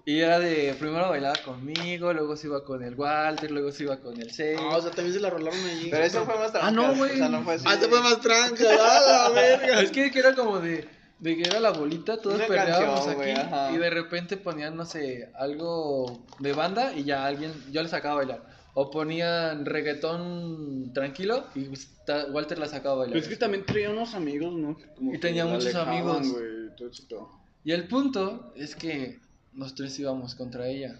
Y era de, primero bailaba conmigo, luego se iba con el Walter, luego se iba con el Sey.
Ah, o sea, también se la rolaron allí.
Pero eso fue más tranquilo.
Ah, no, güey.
O sea, no fue así.
Ah, te fue más tranca, a la verga.
es que, que era como de, de que era la bolita, todos
Una
peleábamos
canción, güey,
aquí.
ajá.
y de repente ponían, no sé, algo de banda y ya alguien, yo les sacaba a bailar. O ponían reggaetón tranquilo y ta- Walter la sacaba a bailar.
Pero Pues es que también traía unos amigos, ¿no? Como
Y tenía
que la
muchos
alejaban,
amigos.
güey, todo ese pedo.
Y el punto es que los tres íbamos contra ella.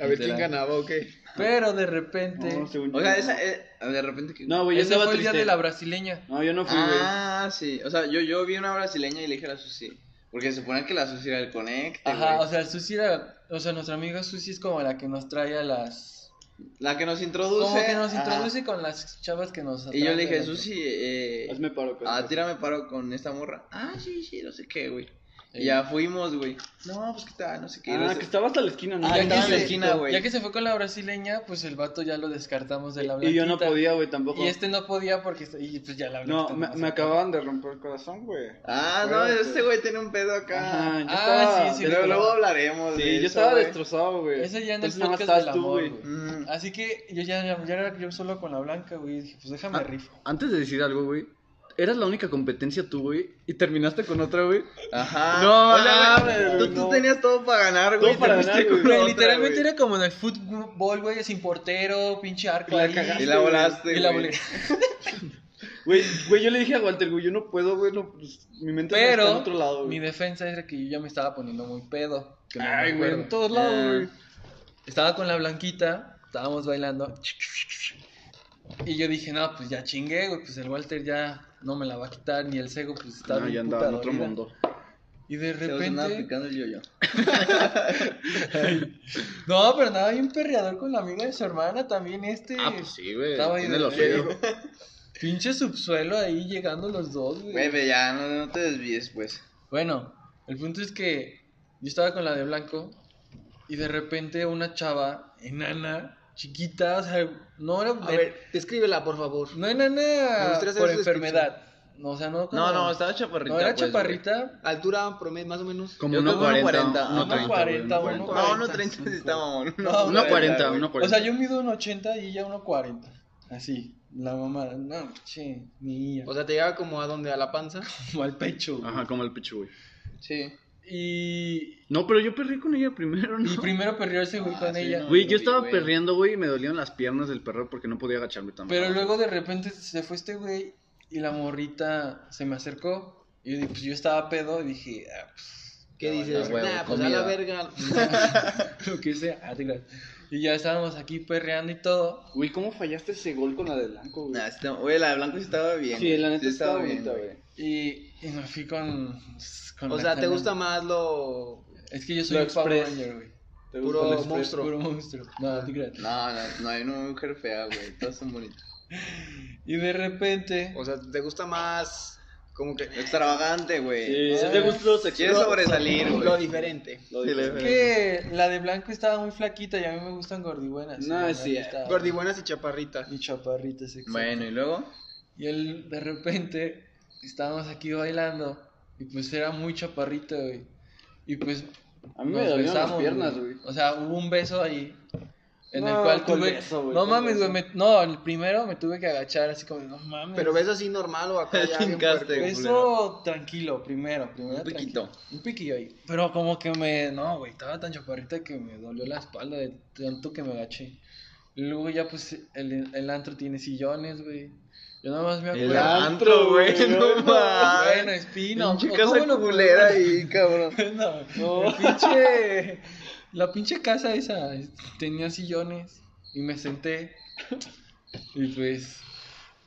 A ver quién ganaba o qué.
Pero de repente...
No, según yo
O sea,
no.
esa, eh, de repente que...
No, güey, yo
ese
estaba
fue el día
triste.
de la brasileña.
No, yo no fui, güey.
Ah, sí. O sea, yo, yo vi una brasileña y le dije a la Susi. Porque se supone que la Susi era el conecte,
Ajá,
güey.
o sea, Susi era... O sea, nuestra amiga Susi es como la que nos trae a las...
La que nos introduce.
Como que nos
ajá.
introduce con las chavas que nos...
Y yo le dije,
atraen.
Susi, eh...
Hazme paro, pero.
Ah, tírame paro con esta morra. Ah, sí, sí, no sé qué, güey.
Ey.
Y ya fuimos, güey. No, pues que tal, no sé qué.
Ah,
no sé-
que estaba hasta la esquina, ¿no?
Ah,
Ya
estaba
que
en la
se-
esquina,
Ya
güey.
que se fue con la brasileña, pues el vato ya lo descartamos de la blanquita.
y yo no podía, güey, tampoco.
Y este no podía porque... Y pues ya la
No,
blanquita
me,
nos
me
sacó.
acababan de romper el corazón, güey.
Ah, no,
Acuérdate.
este güey tiene un pedo acá.
Ajá, yo
Ah,
estaba...
sí, sí,
Pero
claro.
luego hablaremos,
Sí,
de
yo
eso,
estaba
güey.
destrozado, güey.
Ese ya en el
Entonces nada más
podcast del
estabas tú,
amor, güey.
Mm.
Así que yo ya, ya, ya era yo solo con la blanca, güey. Dije, pues déjame
Ah,
rifo.
Antes de decir algo, güey. Eras la única competencia tú, güey. Y terminaste con otra, güey.
Ajá.
No,
O sea,
mames,
güey,
güey,
tú,
no.
tú tenías todo para ganar, güey.
Todo para
te fuiste
ganar,
con
güey.
otra,
Este Güey, literalmente
güey.
era como en el fútbol, güey, sin portero, pinche arco.
Y la
ahí.
cagaste,
Y la volaste,
Y la
güey.
volé.
Güey, güey, yo le dije a Walter, güey, yo no puedo, güey, no, pues, mi mente está en
Pero
otro lado,
mi
güey.
defensa era que yo ya me estaba poniendo muy pedo. que no me
Ay, güey, en
acuerdo.
todos lados,
Eh,
güey.
Estaba con la blanquita, estábamos bailando. Y yo dije, no, pues ya chingué, güey, pues el Walter ya no me la va a quitar, ni el cego, pues está
No,
bien
Ah, ya
puta
andaba en otro
dolida.
mundo.
Y de
Se los andaba
repente...
picando el yoyo.
No, pero andaba bien perreador con la amiga de su hermana también este.
Ah, pues sí, güey.
Estaba ahí
Tiene
de-
los ojos.
Pinche subsuelo ahí llegando los dos, güey.
Güey, pero ya, no, no te desvíes, pues.
Bueno, el punto es que yo estaba con la de blanco y de repente una chava enana, chiquita, o sea, no era
A ver, descríbela, por favor.
no enana
gustaría saber
por
su
enfermedad. No, o sea, no como-
No, no, estaba chaparrita.
no, era
pues,
chaparrita,
Altura promedio, más o menos.
Como
Yo tengo
1.40.
1.40,
1.40,
1.30. güey,
güey.
1.40.
No,
1.40,
1.30 sí está mamón.
No,
1.40.
güey.
1.40.
o sea, yo mido 1.80 y ella 1.40. Así, la mamada, no, che, mi
Pues,
hija,
O sea, te llegaba como a donde, a la panza.
como al pecho.
ah.
güey.
Ajá, como el pichu, güey.
Sí.
Y,
No, pero yo perré con ella primero, ¿no?
y primero perdió ese güey
Ah,
con
sí,
ella.
no.
Güey,
Uy,
yo estaba
güey.
perreando, güey, y me dolían las piernas del perro porque no podía agacharme tan
Pero
rápido.
luego de repente se fue este güey y la morrita se me acercó. Y yo, pues, yo estaba pedo y dije, ah,
¿Qué
No,
dices?
no, huevo,
nah, pues a la
comida.
verga.
pues, lo que sea. ah, te creas. Y ya estábamos aquí perreando y todo.
Güey, ¿cómo fallaste ese gol con la de blanco, güey?
Nah, está- Güey, la de blanco sí estaba bien.
sí, la
güey.
neta estaba bonita,
güey.
güey.
Y, y me fui con, con
O
la
sea, ¿te
cana.
gusta más lo
Es que yo soy
Lo
un Power
express.
Ranger, güey.
Te
Puro
gustó el express.
monstruo.
Puro monstruo. No, no te creas.
No, no, no hay una mujer fea, güey. Todas son bonitas.
Y de repente.
O sea, ¿te gusta más como que
Extravagante, güey.
Sí, sí te gustó lo sexual.
Quieres sobresalir, güey.
lo diferente?
Lo dije.
Que la de blanco estaba muy flaquita y a mí me gustan gordibuenas.
No,
Y la
es
blanca
cierto.
estaba-
Gordibuenas y chaparritas.
Y chaparritas, exacto.
Bueno, y luego.
Y él de repente estábamos aquí bailando y pues era muy chaparrito, güey. Y pues
A mí me
nos
dolieron las
besamos,
piernas, güey.
O sea, hubo un beso ahí. en el
No,
cual
¿cuál
tuve.
beso, güey?
no
¿Cuál
mames, güey. me- No, el primero me tuve que agachar así como, no mames.
Pero ves así normal o acá
Te
ya bien
hincaste,
puerco.
Eso tranquilo, primero, primero.
Un piquito.
tranquilo. Un piquillo ahí. Pero como que me. No, güey, estaba tan chaparrita que me dolió la espalda de tanto que me agaché. Luego ya, pues, el, el antro tiene sillones, güey. Yo nada más me acuerdo.
El antro, güey, no
Bueno,
mames.
espina.
Pinche
¿o
casa
cómo lo-
culera ahí, cabrón.
No, el pinche- La pinche casa esa es- tenía sillones y me senté. Y pues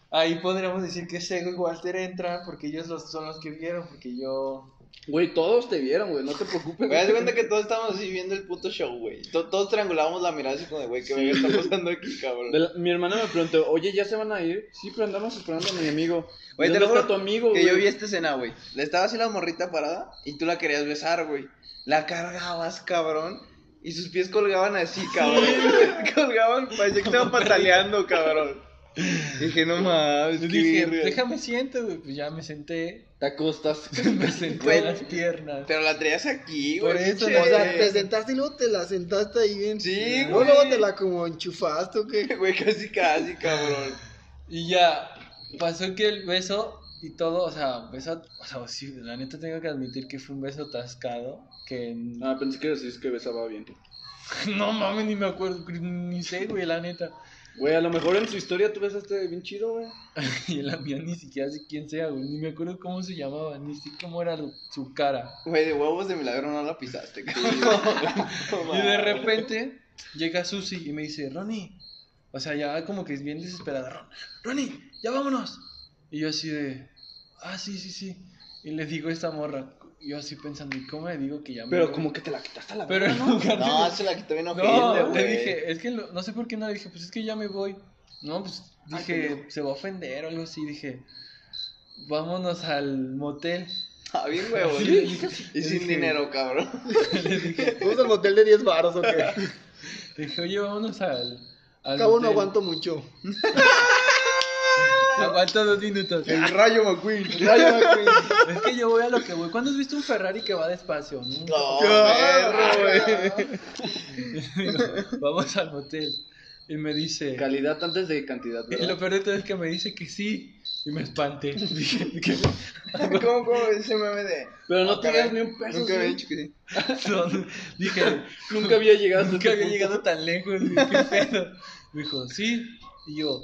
ahí podríamos decir que Sego y Walter entran porque ellos los- son los que vieron, porque yo...
Güey, todos te vieron, güey, no te preocupes.
Güey, haz de
güey.
cuenta que todos estamos así viendo el puto show, güey. To- todos triangulábamos la mirada así como de, güey, ¿qué me está pasando aquí, cabrón?
De la- mi hermana me preguntó, oye, ¿ya se van a ir? Sí, pero andamos esperando a mi amigo.
Güey,
¿Dónde
te lo juro
está tu amigo,
que
güey?
yo vi esta escena, güey. Le estaba así la morrita parada y tú la querías besar, güey. La cargabas, cabrón. Y sus pies colgaban así, cabrón. colgaban, parecía que estaba pataleando, cabrón. Dije, no mames.
Yo
qué
dije,
verga.
déjame siento, güey. Pues ya me senté,
Te acostas.
me senté
Güey,
en las piernas.
Pero la traías aquí,
Por
güey.
eso,
pinche-
no,
O sea, te sentaste y luego te la sentaste ahí bien.
Sí,
Luego,
güey.
luego te la como enchufaste o qué.
Güey, casi, casi, cabrón.
Y ya, pasó que el beso y todo, o sea, beso, o sea, sí, la neta tengo que admitir que fue un beso atascado, que...
Ah, pensé que decís que besaba bien.
No mames, ni me acuerdo, ni sé, güey, la neta.
Güey, a lo mejor en su historia tú besaste bien chido, güey.
Y la mía ni siquiera sé quién sea, güey. Ni me acuerdo cómo se llamaba, ni sé cómo era lo- su cara.
Güey, de huevos de milagro no la pisaste, cabrón.
Y de repente llega Susi y me dice, Ronnie. O sea, ya como que es bien desesperada. "Ron- Ronnie, ya vámonos. Y yo así de, ah, sí, sí, sí. Y le digo a esta morra, yo así pensando, ¿y cómo le digo que ya me
Pero
voy?"
como que te la quitaste a la
Pero en lugar de-
No, se la quitó bien ojete,
No,
güey.
le dije, es que lo- no sé por qué no le dije, pues es que ya me voy. No, pues
Ah,
dije, se va a ofender o algo así. Dije, vámonos al motel.
Ah, bien huevos.
Sí, dije así.
Y sin
Dije-
dinero, cabrón.
Le dije,
Vamos al motel de 10 baros o qué.
le dije, oye, vámonos al. al
Cabo no
motel.
aguanto mucho.
Aguanta dos minutos.
El rayo McQueen.
es que yo voy a lo que voy. ¿Cuándo has visto un Ferrari que va despacio? Nunca.
Oh,
No, perro, güey.
Digo, Vamos al motel. Y me dice.
Calidad antes de cantidad,
Y
¿verdad?
lo peor de todo es que me dice que sí. Y me espanté. Dije, que
¿Cómo, cómo ese meme de?
Pero no
Ah,
tenías
caray,
ni un peso,
Nunca me he
¿eh?
güey.
dicho que sí.
no, no. Dije,
Nunca había llegado hasta este
Nunca había
punto.
llegado tan lejos, güey, qué pedo. Me dijo, sí. Y yo,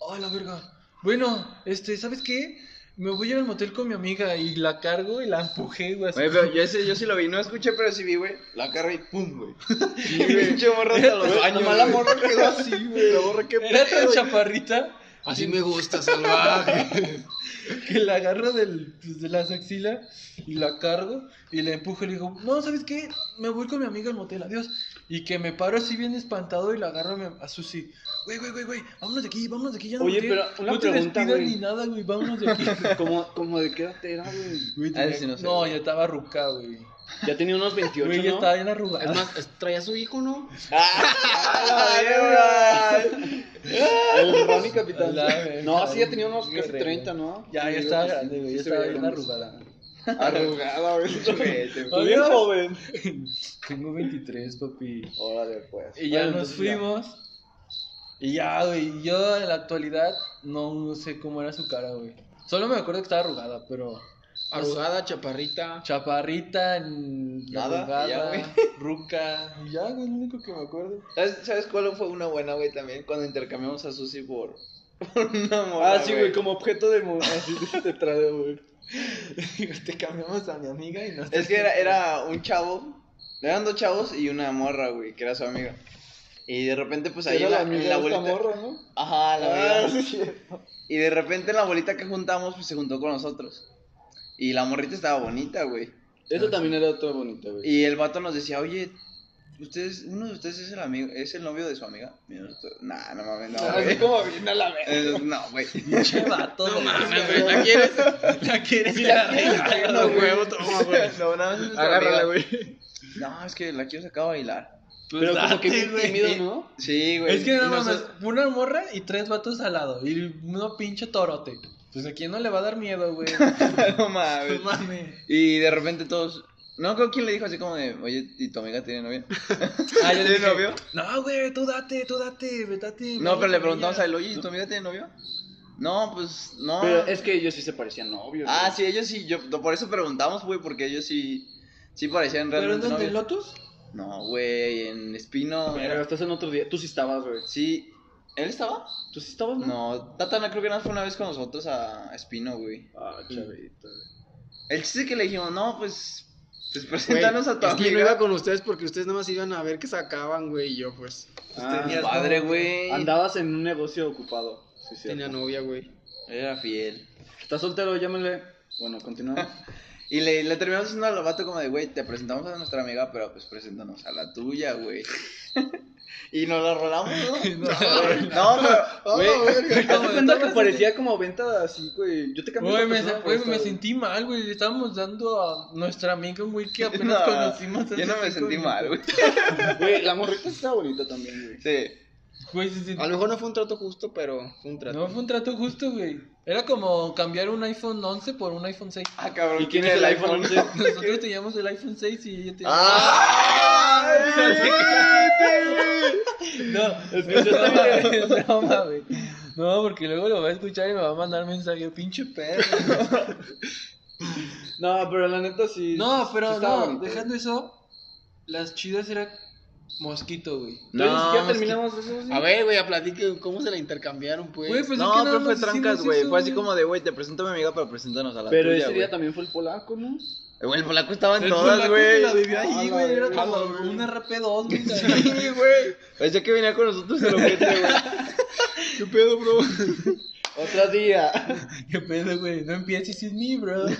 oh, la verga. Bueno, este, ¿sabes qué? Me voy a ir al motel con mi amiga y la cargo y la empujé, güey. así.
Güey, pero yo, ese, yo sí lo vi, no escuché, pero sí vi, güey. La carro y pum, güey. Sí, pinche morra hasta los años.
Nomás la
morra quedó así, güey. La morra que
Era tan chaparrita
Así me gusta, salvaje.
que la agarro del, pues, de las axilas y la cargo y la empujo y le digo, no, ¿sabes qué? Me voy con mi amiga al motel, adiós. Y que me paro así bien espantado y la agarro a, mi- a Susi. Güey, güey, güey, güey, vámonos de aquí, vámonos de aquí. Ya no
Oye,
te-
pero una
no te
pregunta,
despidas
güey.
ni nada, güey, vámonos de aquí.
Como, como de qué edad era, güey.
Güey,
Ah,
tenía-
sí,
no,
no sé.
ya estaba ruca, güey.
Ya tenía unos 28,
Güey, ya
¿no?
estaba bien arrugada.
Es más, es- traía a su hijo, ¿no?
El Ronnie Capitán.
La verga,
No, sí, ya tenía
güey,
unos casi
verga.
30, ¿no?
ya, ya
Sí,
estaba
sí,
grande, güey.
sí
Ya
se
estaba
veía
bien
grande.
arrugada.
Arrugada, güey. chupete, güey.
Tú bien
Adiós.
joven.
Tengo 23, papi.
Órale, pues.
Y ya
Bueno,
nos
entonces
fuimos. Y ya, güey. Yo en la actualidad no, no sé cómo era su cara, güey. Solo me acuerdo que estaba arrugada, pero.
Arrugada, chaparrita.
Chaparrita, n-
Nada,
arrugada,
y ya, güey.
ruca. Y ya, güey, es lo único que me acuerdo.
¿Sabes, ¿Sabes cuál fue una buena, güey, también? Cuando intercambiamos a Susi por, por una morra,
Ah, sí, güey, como objeto de mo- así de
este
tetradeo, güey.
Te cambiamos a mi amiga y nos.
Es que era, era un chavo, eran dos chavos y una morra, güey, que era su amiga. Y de repente, pues ahí
Era
en la,
la
en
amiga
la
de esta
bolita.
morra, ¿no?
Ajá, la
Ah, sí,
amiga.
sí.
Y de repente la bolita que juntamos, pues se juntó con nosotros. Y la morrita estaba bonita, güey.
Esta también era otra bonita, güey.
Y el vato nos decía, oye, ustedes, uno de ustedes es el amigo, es el novio de su amiga. Y nosotros, nah, no mames, no,
Así
güey.
como viendo a la vez.
Eh, No, güey.
Pinche vato, güey.
¿La quieres?
La quieres ir a
No, huevo, toma, güey. No, nada más es nuestra amiga. No, es que la quiero sacar a bailar.
Pero como que bien
güey.
tímido, ¿no?
Sí, güey.
Es que
Y
nada
nos-
más, una morra y tres vatos al lado. Y uno pinche torote. Pues a quién no le va a dar miedo, güey.
no mames.
Mame.
Y de repente todos, No creo quién le dijo así como de, oye, ¿y tu amiga tiene novia?
Ah, yo le
¿Tiene
dije,
novio?
No, güey, tú date, tú date, ve, date.
No,
ve,
pero le
ve,
preguntamos
ya.
a él, oye, ¿y tu amiga tiene novio? No, pues, no.
Pero es que ellos sí se parecían novios.
Ah,
güey.
sí, ellos sí, yo, no, por eso preguntamos, güey, porque ellos sí, sí parecían
¿Pero en
realmente
dónde? ¿En
novios.
Lotus?
No, güey, en Espino.
Pero estás en otro día. Tú sí estabas, güey.
Sí, ¿él estaba?
¿Tú
Pues,
sí estabas, no?
No, Tatana creo que nada más fue una vez con nosotros a a Espino, güey.
Ah, chavito. güey.
El chiste es que le dijimos, no, pues, pues
Güey,
preséntanos a tu
es que yo no
amiga.
iba con ustedes porque ustedes nada más iban a ver qué sacaban, güey, y yo pues
Ah,
Tenía
padre.
padre, güey.
Andabas en un negocio ocupado. Sí, sí.
tenía novia, güey.
Era fiel.
¿Estás soltero? Llámale. Bueno, continuamos.
Y le, le terminamos diciendo al vato como de, güey, te presentamos a nuestra amiga, pero pues preséntanos a la tuya, güey. y nos la rolamos, ¿no? no, pero, güey,
¿Te cuenta que parecía como venta así, güey? Yo te cambié
Güey,
la
me,
persona por
güey,
esta,
me
güey.
sentí mal, güey. Le estábamos dando a nuestra amiga, güey, que apenas
No,
conocimos. hace
yo no me
cinco
sentí
minutos.
mal, güey.
Güey, la morrita está bonita también, güey.
Sí.
Güey, se sentí-
A lo mejor no fue un trato justo, pero fue un trato.
No, fue un trato justo, güey. Era como cambiar un iPhone 11 por un iPhone 6.
Ah, cabrón,
¿Y quién es el iPhone 11?
Nosotros teníamos el iPhone 6 y ella tenía...
Ah.
No, es broma, güey. No, porque luego lo va a escuchar y me va a mandar mensaje, pinche perro.
No, pero la neta sí.
No, pero
sí estaba
no,
bonito,
dejando eso, las chidas eran mosquito, güey.
güey. Entonces,
No,
ya terminamos eso, sí.
A ver, güey, a platiquen cómo se la intercambiaron, pues.
Güey, pues es que
no,
nada
pero fue
más hicimos
trancas, güey.
eso,
Fue así como de, güey, te presento a mi amiga, pero preséntanos a la
Pero
tuya,
ese día
güey. Eh,
también fue el polaco, ¿no?
Güey, el polaco estaba en
El
todas,
polaco se
güey.
la
Ah,
vivió ahí, güey. Era como un RP2, güey.
Sí, güey. Pensé que venía con nosotros el objeto, güey.
¿Qué pedo, bro?
Otro día.
Qué pedo, güey. No empieces sin mí, bro.
Sí,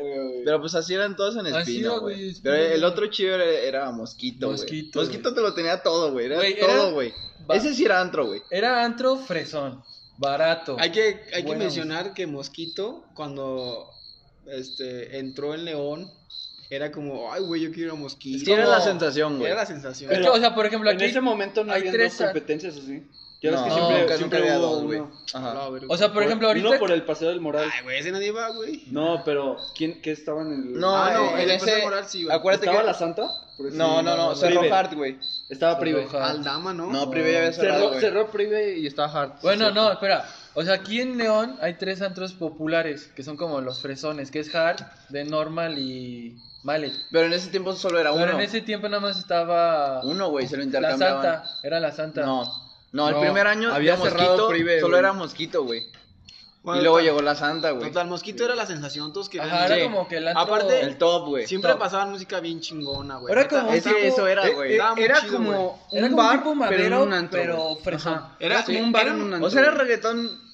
oiga, güey.
Pero pues así eran todos en
Así
espino,
era,
güey.
güey,
Pero
espino,
el
güey.
otro chido era, era mosquito, güey. Mosquito,
Mosquito,
te lo tenía todo, güey. Era
Güey,
todo,
era-
güey.
Va.
Ese sí era antro, güey.
Era antro fresón, barato.
Hay que, hay que
Buena
mencionar que Mosquito, cuando este, entró en León, era como, ay, güey, yo quiero ir a Mosquito.
Sí, era
Como-
la sensación, güey.
Era la sensación.
Es que, o sea, por ejemplo,
En
aquí...
ese momento no
hay
había
tres
dos
a-
competencias así. Ya ves que
No,
siempre,
nunca-
siempre
nunca había
hubo
dos, güey.
uno.
Ajá.
No, güey.
O sea, por ejemplo, ahorita...
Uno por el paseo del moral.
Ay, güey, ese nadie va, güey.
No, pero ¿quién qué estaban en el
No,
Ah, no,
eh, en
el José
ese...
Moral sí, güey.
acuérdate
estaba
que...
la Santa? Por eso-
No, Pues no, no. cerró
Prive.
Hard, güey.
Estaba Prive.
Cerró Hard.
Aldama, ¿no?
No, Prive ya había cerrado,
Cerró,
güey.
cerró Prive y estaba Hart.
Bueno, no, espera. O sea, aquí en León hay tres antros populares, que son como los fresones, que es Hard, de Normal y Mallet.
Pero en ese tiempo solo era
Pero
uno.
en ese tiempo nada más estaba
Uno, güey, se lo
la
intercambiaban.
Santa, era la Santa.
No. No, el
No,
primer año
había
de mosquito
cerrado Prive,
solo
güey.
era mosquito, güey.
Bueno,
y luego
total-
llegó la santa, güey.
Total, Mosquito era la sensación, todos querían.
Ajá, era
Sí.
como que el antro...
Aparte-
El top, güey.
Siempre
Top.
pasaban música bien chingona, güey.
Era
Neta,
como-
Es
estaba-
que eso era,
Eh,
güey.
eh,
Estaba muy
era
chido,
como
güey.
un
Era como
bar,
un tipo
pero en
madero,
un antro.
pero
güey.
fresón.
Ajá. Era
Sí,
como un bar
era-
en un antro.
O sea, era
güey.
reggaetón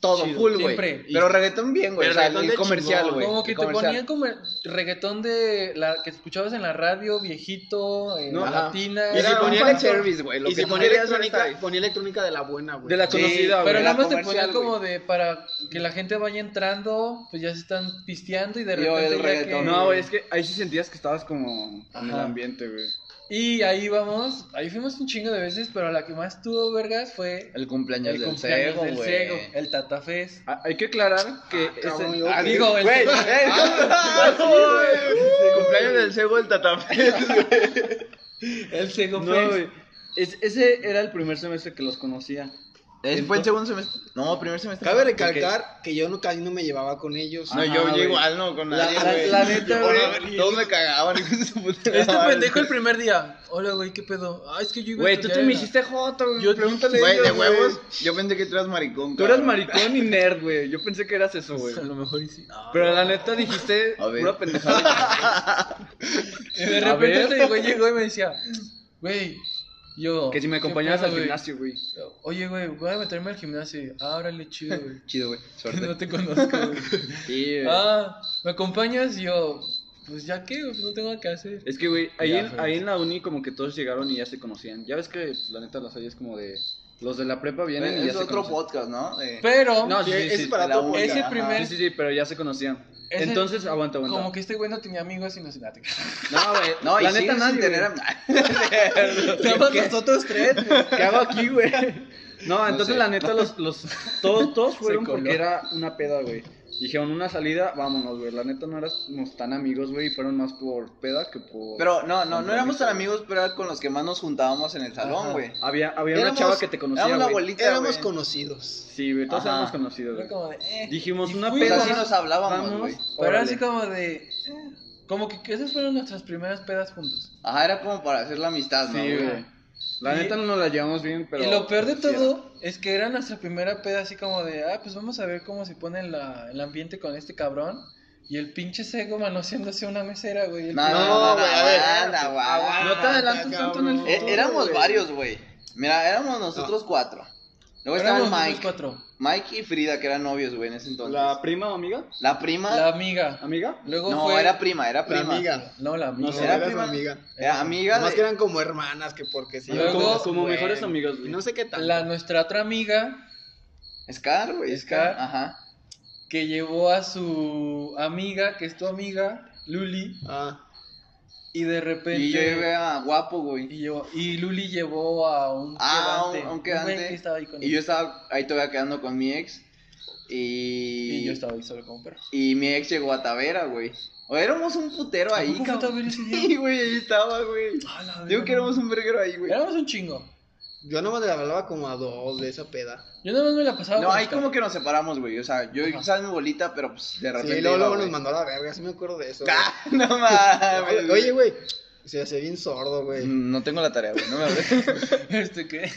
todo
Chido,
full, güey.
siempre.
Pero reggaetón bien, güey. O
Pero
sea,
reggaetón
el
de
comercial,
chingón.
güey.
Como
el
que te
comercial.
ponían como el reggaetón de la que escuchabas en la radio, viejito, en
No, ajá.
latina.
Y
Era
si
un
ponía
fan
el service, güey. Lo
Y
que
si
tú
ponía
querías era
electrónica,
esta-
ponía electrónica de la buena, güey.
De la
Sí,
conocida, Ah, güey.
Pero nada
la
más te ponía
comercial,
como de para que la gente vaya entrando, pues ya se están pisteando y de
Y luego
repente
el
ya
reggaetón.
que-
No, güey, es que ahí sí sentías que estabas como en el
Ajá.
ambiente, güey.
Y ahí vamos, ahí fuimos un chingo de veces, pero la que más tuvo vergas fue
El cumpleaños
el
del
cumpleaños
cego,
del Cego,
güey.
el Tatafés.
Ah, Hay que aclarar que
cabrón,
ese...
yo-
Ah,
ok.
Digo, el
Güey,
Cego.
eh, El cumpleaños del cego, el tatafés, güey.
El Cego
no,
Fest.
güey. Es- ese era el primer semestre que los conocía.
Fue el segundo semestre. No, primer semestre.
Cabe recalcar que yo no, casi no me llevaba con ellos.
No,
Ajá,
yo
güey.
igual, no, con
La-
nadie,
la-
güey.
la neta,
Por
güey.
haber- Todos me cagaban. hijos de su puta
Este
madre.
pendejo el primer día. Hola, güey, ¿qué pedo? Ah, es que yo iba a
Ah, Güey, tú
estudiar
te
en
me
la-
hiciste joto, güey.
Yo-
Pregúntale a
Güey, de
ellos, güey.
huevos. Yo pensé que tú eras maricón,
Tú eras
cabrón.
maricón y nerd, güey. Yo pensé que eras eso, güey.
A lo mejor y sí. Ah.
Pero la neta dijiste
A ver.
pura pendejada.
Y de
A
repente
ver.
este güey llegó y me decía, güey, yo.
Que si me
¿qué
acompañabas
pedo,
al
güey?
gimnasio, güey.
Oye, güey, voy a meterme al gimnasio. Ah, órale, chido, güey.
Chido, güey. Suerte.
no te conozco, güey.
Sí, güey.
Ah, ¿me acompañas? Y yo, pues ya qué, güey, pues no tengo nada que hacer.
Es que, güey, ahí,
Ya,
en,
güey.
ahí en la uni como que todos llegaron y ya se conocían. Ya ves que pues, la neta las hay es como de... Los de la prepa vienen y
Es
ya se
otro
conocían.
podcast, ¿no? Eh,
Pero,
No, sí,
Ese
sí,
es
sí.
para
la
otro
única,
ese
ajá.
primer-
Sí, sí, sí, pero ya se conocían.
Ese-
Entonces, aguanta, aguanta.
como que este güey no tenía amigos y no se nada.
No, güey.
No,
la
y
neta
siguen
nadie,
sin tener
güey.
am-
Estamos nosotros tres, güey.
¿Qué hago aquí, güey? No, entonces
sé.
la neta, los, los, todos, todos fueron
coló.
porque era una peda, güey. Dijeron una salida, vámonos, güey. La neta no éramos tan amigos, güey. y Fueron más por pedas que por.
Pero no, no, no éramos tan amigos, pero era con los que más nos juntábamos en el salón, güey.
Había, había
Éramos-
una chava que te conocía.
éramos la
güey.
abuelita,
Éramos
güey.
conocidos.
Sí, güey, todos
Ajá.
éramos conocidos,
Era
güey.
como de, eh.
Dijimos
Y
una
fuimos,
peda.
así nos hablábamos,
vamos,
güey.
Pero era
órale.
así como de. eh, Como que esas fueron nuestras primeras pedas juntos.
Ajá, era como para hacer la amistad, ¿no?
Sí, güey. La
Y-
neta no nos la llevamos bien, pero.
y lo peor de
sí
todo es que era nuestra primera peda así como de, ah, pues vamos a ver cómo se pone la- el ambiente con este cabrón. Y el pinche cego manoseándose una mesera, güey. El
No,
pinche-
no, no, no, aguanta, aguanta.
No te adelantes tanto en el
cabrón.
Eh, éramos
güey.
varios, güey. Mira, éramos nosotros cuatro. Luego estaba
Éramos
el
nosotros
Mike.
cuatro.
Mike y Frida, que eran novios, güey, en ese
era.
entonces.
¿La
La,
prima o amiga?
prima.
La amiga.
¿Amiga?
Luego
no,
fue...
era prima, era
La
prima.
amiga.
No, la amiga.
No,
era
era su
prima.
amiga.
Era amiga
Además
de...
que eran como hermanas, que porque sí.
Luego-
como-
como como
güey.
mejores amigos, güey.
No sé qué tal.
La nuestra otra amiga
Scar, güey.
Scar.
Scar. Ajá.
que llevó a su amiga, que es tu amiga, Luli,
Ah,
y de repente...
Y yo llevé a Guapo, güey.
Y, llevó- y Luli llevó a un
Ah,
quedante.
un- un
Un güey
quedante.
que estaba ahí con
Y yo estaba ahí todavía quedando con mi ex. Y...
y yo estaba ahí solo como perro.
Y mi ex llegó a Tavera, güey. O éramos un putero ahí,
¿Cómo fue
cabrón.
Tavera ese día?
Sí, güey, ahí estaba, güey.
A la
Digo
verga.
que éramos un verguero ahí, güey.
Éramos un chingo.
yo nomás le hablaba como a dos de esa peda.
Yo nada más me la pasaba
No,
con este
ahí
Oscar.
como que nos separamos, güey. O sea, yo quizás mi bolita, pero pues de repente.
Sí, luego,
iba,
luego nos
güey.
mandó a la verga, sí me acuerdo de eso.
Ah, no mames.
Ah, güey. Mm. Oye, güey, se hace bien sordo, güey.
No tengo la tarea, güey. No me hables.
Este que.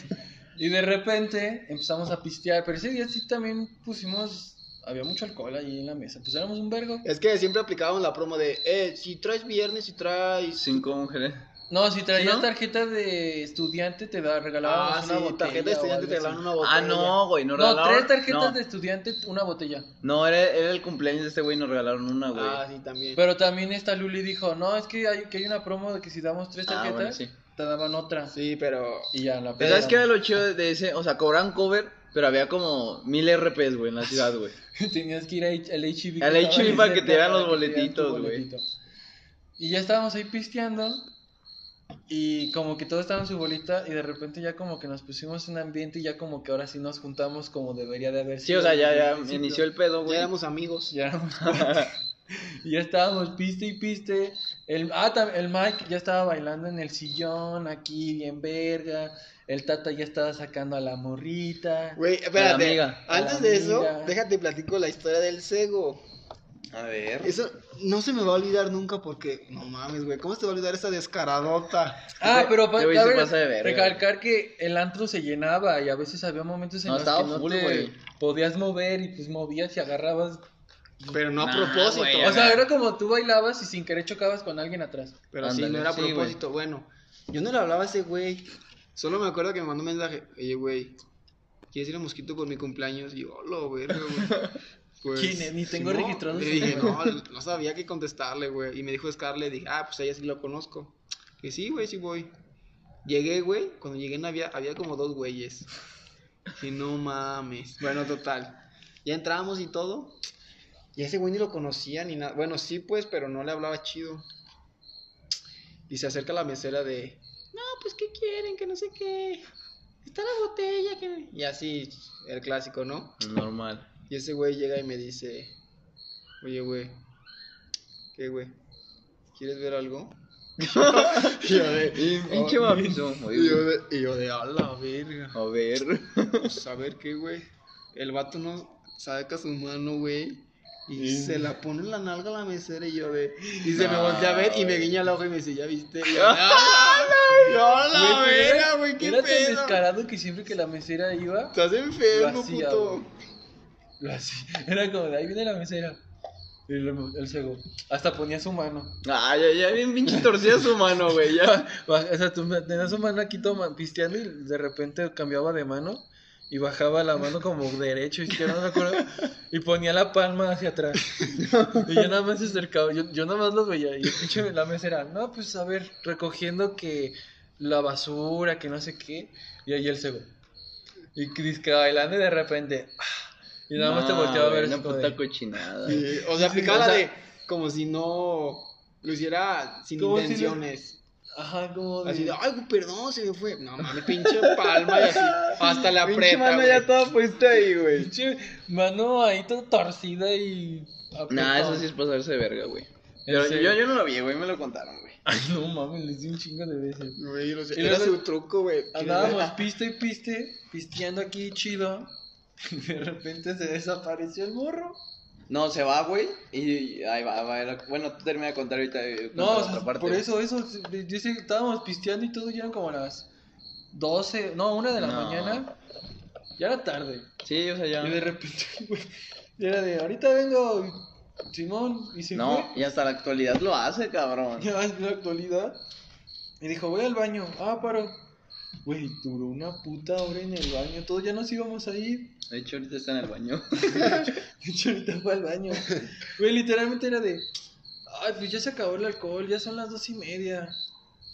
Y de repente empezamos a pistear. Pero ese día sí también pusimos. Había mucho alcohol ahí en la mesa. Pues éramos un vergo.
Es que siempre aplicábamos la promo de, eh, si traes viernes, si traes...
Cinco mujeres.
No, si traías
¿No?
tarjeta de estudiante, te da, regalaban
Ah, sí,
una botella.
tarjeta de
o
estudiante
algo
te dan
así.
una botella.
Ah, no, güey. Nos
No,
regalaron.
tres tarjetas
no.
de estudiante, una botella.
No, era, era el cumpleaños de este güey y nos regalaron una, güey.
Ah, sí, también.
Pero también esta Luli dijo: No, es que hay, que hay una promo de que si damos tres
Ah,
tarjetas,
bueno, sí.
te daban otra.
Sí, pero...
Y ya la
Pero ¿Sabes qué era lo chido de- de ese? O sea, cobraban cover, pero había como mil RPs, güey, en la ciudad, güey.
Tenías que ir a H- al HB.
Al
que estaba
HB
ahí
para que te dieran los
cerca para que te dieran tu
boletitos, güey.
boletito. Y ya estábamos ahí pisteando. Y como que todo estaba en su bolita. Y de repente ya como que nos pusimos en ambiente. Y ya como que ahora sí nos juntamos como debería de haber
Sí, o sea, ya, ya inició el pedo,
Ya
güey.
éramos amigos.
Ya éramos- y ya estábamos piste y piste. El, ah, tam- el Mike ya estaba bailando en el sillón. Aquí, bien verga. El Tata ya estaba sacando a la morrita.
Güey, espérate.
amiga.
Antes
A la
de eso,
amiga.
déjate platico la historia del cego.
A ver.
Eso no se me va a olvidar nunca porque, no mames, güey, ¿cómo se te va a olvidar esa descaradota?
Ah, pero pa-
Te voy a decir,
cabe
pasa de verga,
recalcar que el antro se llenaba y a veces había momentos en
No,
los que
estaba
no
full,
te
güey.
podías mover y pues movías y agarrabas.
Pero no a
Nah,
propósito.
güey,
O sea,
Ajá.
era como tú bailabas y sin querer chocabas con alguien atrás.
Pero sí,
Ándale,
no era a
sí, güey.
propósito. Bueno, yo no le hablaba a ese güey. Solo me acuerdo que me mandó un mensaje. Oye, güey, ¿quieres ir a Mosquito por mi cumpleaños? Y yo, lo verga, güey. Pues,
¿Quién es? Ni tengo
no.
registrado
Le
su
dije, no,
número.
no sabía qué contestarle, güey. Y me dijo Scarlett, dije, ah, pues a ella sí lo conozco. Que sí, güey, sí voy. Llegué, güey. Cuando llegué no había, había como dos güeyes. Que no mames. Bueno, total. Ya entramos y todo. Y ese güey ni lo conocía ni nada. Bueno, sí, pues, pero no le hablaba chido. Y se acerca a la mesera de, no, pues, ¿qué quieren? Que no sé qué. Está la botella. Que... Y así, el clásico, ¿no?
Normal.
Y ese güey llega y me dice, oye, güey, ¿qué, güey? ¿Quieres ver algo? y yo de,
Pinche
oh,
babizo.
y yo de, y yo de, a la verga.
A ver.
Pues, a ver qué, güey. El vato no saca su mano, güey. Y se la pone en la nalga a la mesera y yo de. Y se me
No,
voltea a ver y me
güey.
guiña el ojo y me dice, ¿ya viste? Y yo, ¡Ah, no, la
Güey, pero
verga, güey! ¡Qué
Era tan
pedo!
descarado que siempre que la mesera iba,
Estás
Lo
enfermo,
hacía,
puto.
güey. lo hacía. Era como de ahí viene la mesera. Y el, el cego. Hasta ponía su mano.
Ay, ya, ya bien pinche torcida su mano, güey. Ya.
Ba- O sea, tú tenías su mano aquí toma, pisteando y de repente cambiaba de mano y bajaba la mano como derecho, izquierdo, no me acuerdo, y ponía la palma hacia atrás. Y yo nada más se acercaba, yo, yo nada más los veía y el pinche la mesera, no, pues a ver, recogiendo que la basura, que no sé qué, y ahí él se ve. Y Cris que bailando y de repente, ah, y nada más te
No,
volteaba a
güey,
ver.
Una
así como
puta
de-
cochinada.
Eh,
Sí, o sea,
Sí,
aplicaba
o
la
sea-
de como si no lo hiciera sin
Como si no-
intenciones.
Ajá, como de.
Así de, ay, güey, perdón, se me fue. No mames, pinche palma y así. Hasta la
Pinche
preta.
mano
güey.
ya toda puesta ahí, güey.
Pinche mano ahí toda torcida y.
Nah,
apretada.
eso sí es pasarse de verga, güey.
¿En
Yo,
serio?
yo, yo no lo vi, güey, me lo contaron, güey.
Ay, no mames, les di un chingo de veces.
Güey, lo sé.
Y
Era
luego-
su truco, güey.
Andábamos piste y piste, pisteando aquí chido. Y de repente se desapareció el morro.
No, se va, güey. Y ahí va, va. era- Bueno, tú termina de contar ahorita. eh, cuenta
No,
la
o sea,
otra parte,
por
güey.
eso, eso. de- Dice que estábamos pisteando y todo, ya eran como las 12, no, una de la
No.
mañana. Ya era tarde.
Sí, o sea,
Y de
ya.
repente, güey, era de ahorita vengo Simón y se
No, y hasta la actualidad lo hace, cabrón.
fue. Ya es la actualidad. Y dijo, voy al baño. Ah, paro. Güey, duró una puta hora en el baño. Todos ya nos íbamos a ir.
De hecho, ahorita está en el baño.
De hecho, ahorita fue al baño. Güey, literalmente era de. Ay, pues ya se acabó el alcohol, ya son las dos y media.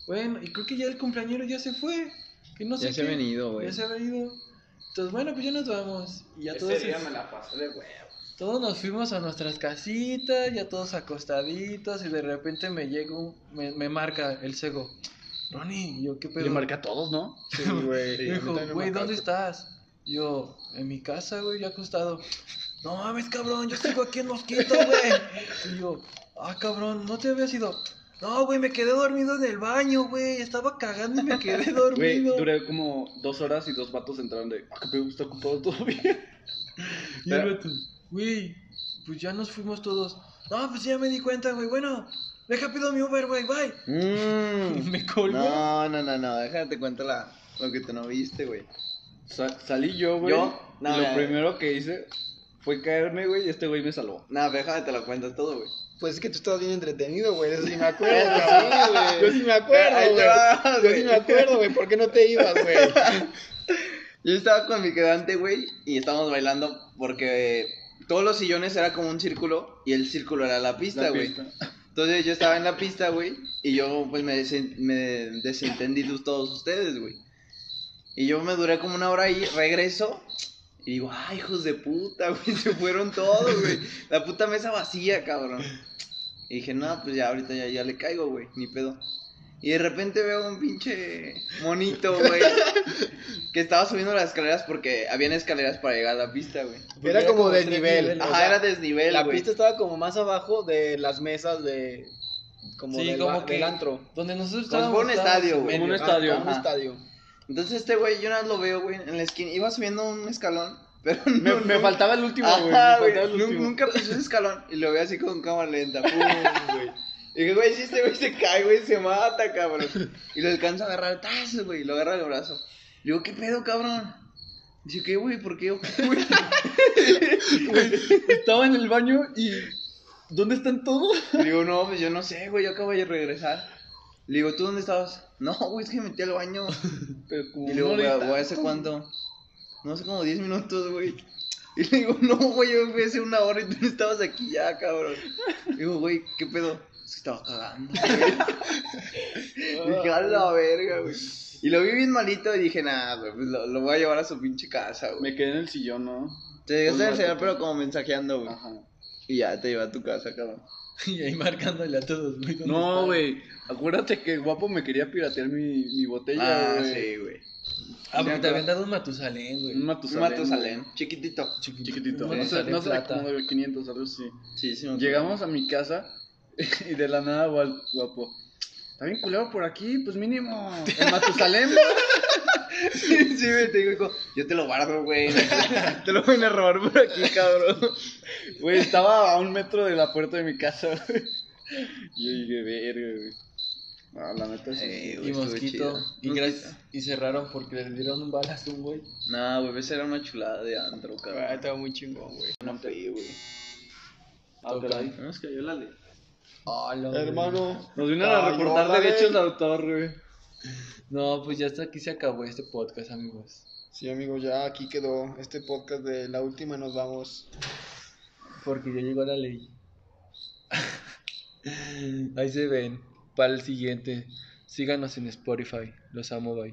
Bueno, y creo que ya el cumpleañero ya se fue. Que no sé
ya se
qué.
ha venido, güey.
Ya se ha ido. Entonces, bueno, pues ya nos vamos. Y ya todos,
Ese día me la pasé de huevo.
todos nos fuimos a nuestras casitas, ya todos acostaditos. Y de repente me llega un- me, me marca el cego. Ronnie, y yo qué pedo.
Le marqué a todos, ¿no?
Sí, güey.
Y
a
me
mí
dijo,
también me
güey,
marcaste.
¿dónde estás? Y Yo, en mi casa, güey, ya acostado. No mames, cabrón, yo sigo aquí en Mosquito, güey. Y yo, ah, cabrón, no te había ido. No, güey, me quedé dormido en el baño, güey. Estaba cagando y me quedé
Güey,
dormido.
duré como dos horas y dos vatos entraron de, ah, qué pedo, está ocupado todavía.
Y el vato, güey, pues ya nos fuimos todos. No, pues ya me di cuenta, güey. Bueno, deja pido mi Uber, güey, bye. Y
Mm.
me colgó.
No, no, no, no. Déjate cuento la, lo que tú no viste, güey.
Sa- salí yo, güey.
Yo, no,
y lo
mira.
primero que hice fue caerme, güey, y este güey me salvó.
No, pero déjame te lo cuento todo, güey.
Pues es que tú estabas bien entretenido, güey. Eso sí me acuerdo, cabrón. Yo sí me
Ahí
acuerdo,
te
güey.
va,
Yo
güey.
sí me acuerdo, güey. ¿Por qué no te ibas, güey?
Yo estaba con mi quedante, güey, y estábamos bailando porque eh, todos los sillones era como un círculo y el círculo era la pista,
La
güey.
pista.
Entonces yo estaba en la pista, güey, y yo pues me, desen- me desentendí de todos ustedes, güey. Y yo me duré como una hora ahí, regreso y digo, ay, hijos de puta, güey, se fueron todos, güey. La puta mesa vacía, cabrón. Y dije, no, pues ya ahorita ya, ya le caigo, güey, ni pedo. Y de repente veo un pinche monito, güey, que estaba subiendo las escaleras porque habían escaleras para llegar a la pista, güey.
Era como
tres
desnivel.
niveles.
Ajá, era desnivel,
La
güey.
pista estaba como más abajo de las mesas de. Como,
Sí,
del,
como
ba-
que-
del antro.
Donde
Como
nosotros
si
estábamos.
fuera un
estábamos
estadio,
en
güey.
medio.
Como un estadio.
Un
Ajá.
estadio.
Entonces este güey, yo nada más lo veo, güey, en la esquina. Iba subiendo un escalón, pero
Me,
no,
me
no-
faltaba el último, güey. Me
Ajá,
faltaba
güey,
el
nun-
último.
Nunca pisó ese escalón. Y lo veo así con cámara lenta. Pum, güey. Y dije, güey, si este güey se cae, güey, se mata, cabrón. Y lo alcanza a agarrar, tas, güey, y lo agarra del brazo. Le digo, ¿qué pedo, cabrón? Dice, ¿qué, güey? ¿Por qué? güey?"
Estaba en el baño y. ¿Dónde están todos?
Le digo, no, pues yo no sé, güey, yo acabo de regresar. Le digo, ¿tú dónde estabas? No, güey, es que me metí al baño.
Pero como
Y le digo,
una
güey,
horita.
güey, ¿hace cuánto? No sé, como 10 minutos, güey. Y le digo, no, güey, yo me fui hace una hora y tú no estabas aquí ya, cabrón. Le digo, güey, ¿qué pedo? Es que estaba cagando, güey. dije, a la verga, güey. Y lo vi bien malito y dije, nah, güey, pues lo, lo voy a llevar a su pinche casa, güey.
Me quedé en el sillón, ¿no?
Te llegaste a
Pues,
enseñar,
no,
pero como mensajeando, güey.
Ajá.
Y ya te lleva a tu casa, cabrón.
Y ahí marcándole a todos, güey. ¿dónde
No,
están?
güey. Acuérdate que guapo me quería piratear mi, mi botella,
Ah,
güey.
sí, güey.
Ah, porque te
Neta.
habían dado un Matusalén, güey.
Un
Un
Matusalén.
Matusalén, chiquitito.
güey. Chiquitito.
Un
No sé,
Matusalén
no sé,
plata.
como de 500, algo así.
Sí, sí, me acuerdo.
Llegamos a mi casa y de la nada gual- guapo. Está bien culero por aquí, pues mínimo. El Matusalén, güey.
Sí, sí, güey, te digo, yo te lo guardo, güey. Te lo voy a robar por aquí, cabrón.
Güey, estaba a un metro de la puerta de mi casa, güey. Yo dije, verga, güey. Ah, la neta sí.
Eh, güey,
Y
estuvo
mosquito.
chido.
Y, gracias, y cerraron porque le dieron un balazo a un güey.
Nah, güey, esa era una chulada de antro,
Ah,
cabrón.
estaba muy chingón, güey.
No fui, güey.
Ah, caray.
toca.
Nos cayó la ley.
Hola, güey.
Hermano.
Nos vienen a
Ay,
reportar
órale.
derechos de autor, güey.
No, pues ya hasta aquí se acabó este podcast, amigos.
Sí, amigos, ya aquí quedó este podcast de la última. Nos vamos.
Porque ya llegó la ley. Ahí se ven. Para el siguiente. Síganos en Spotify. Los amo, bye.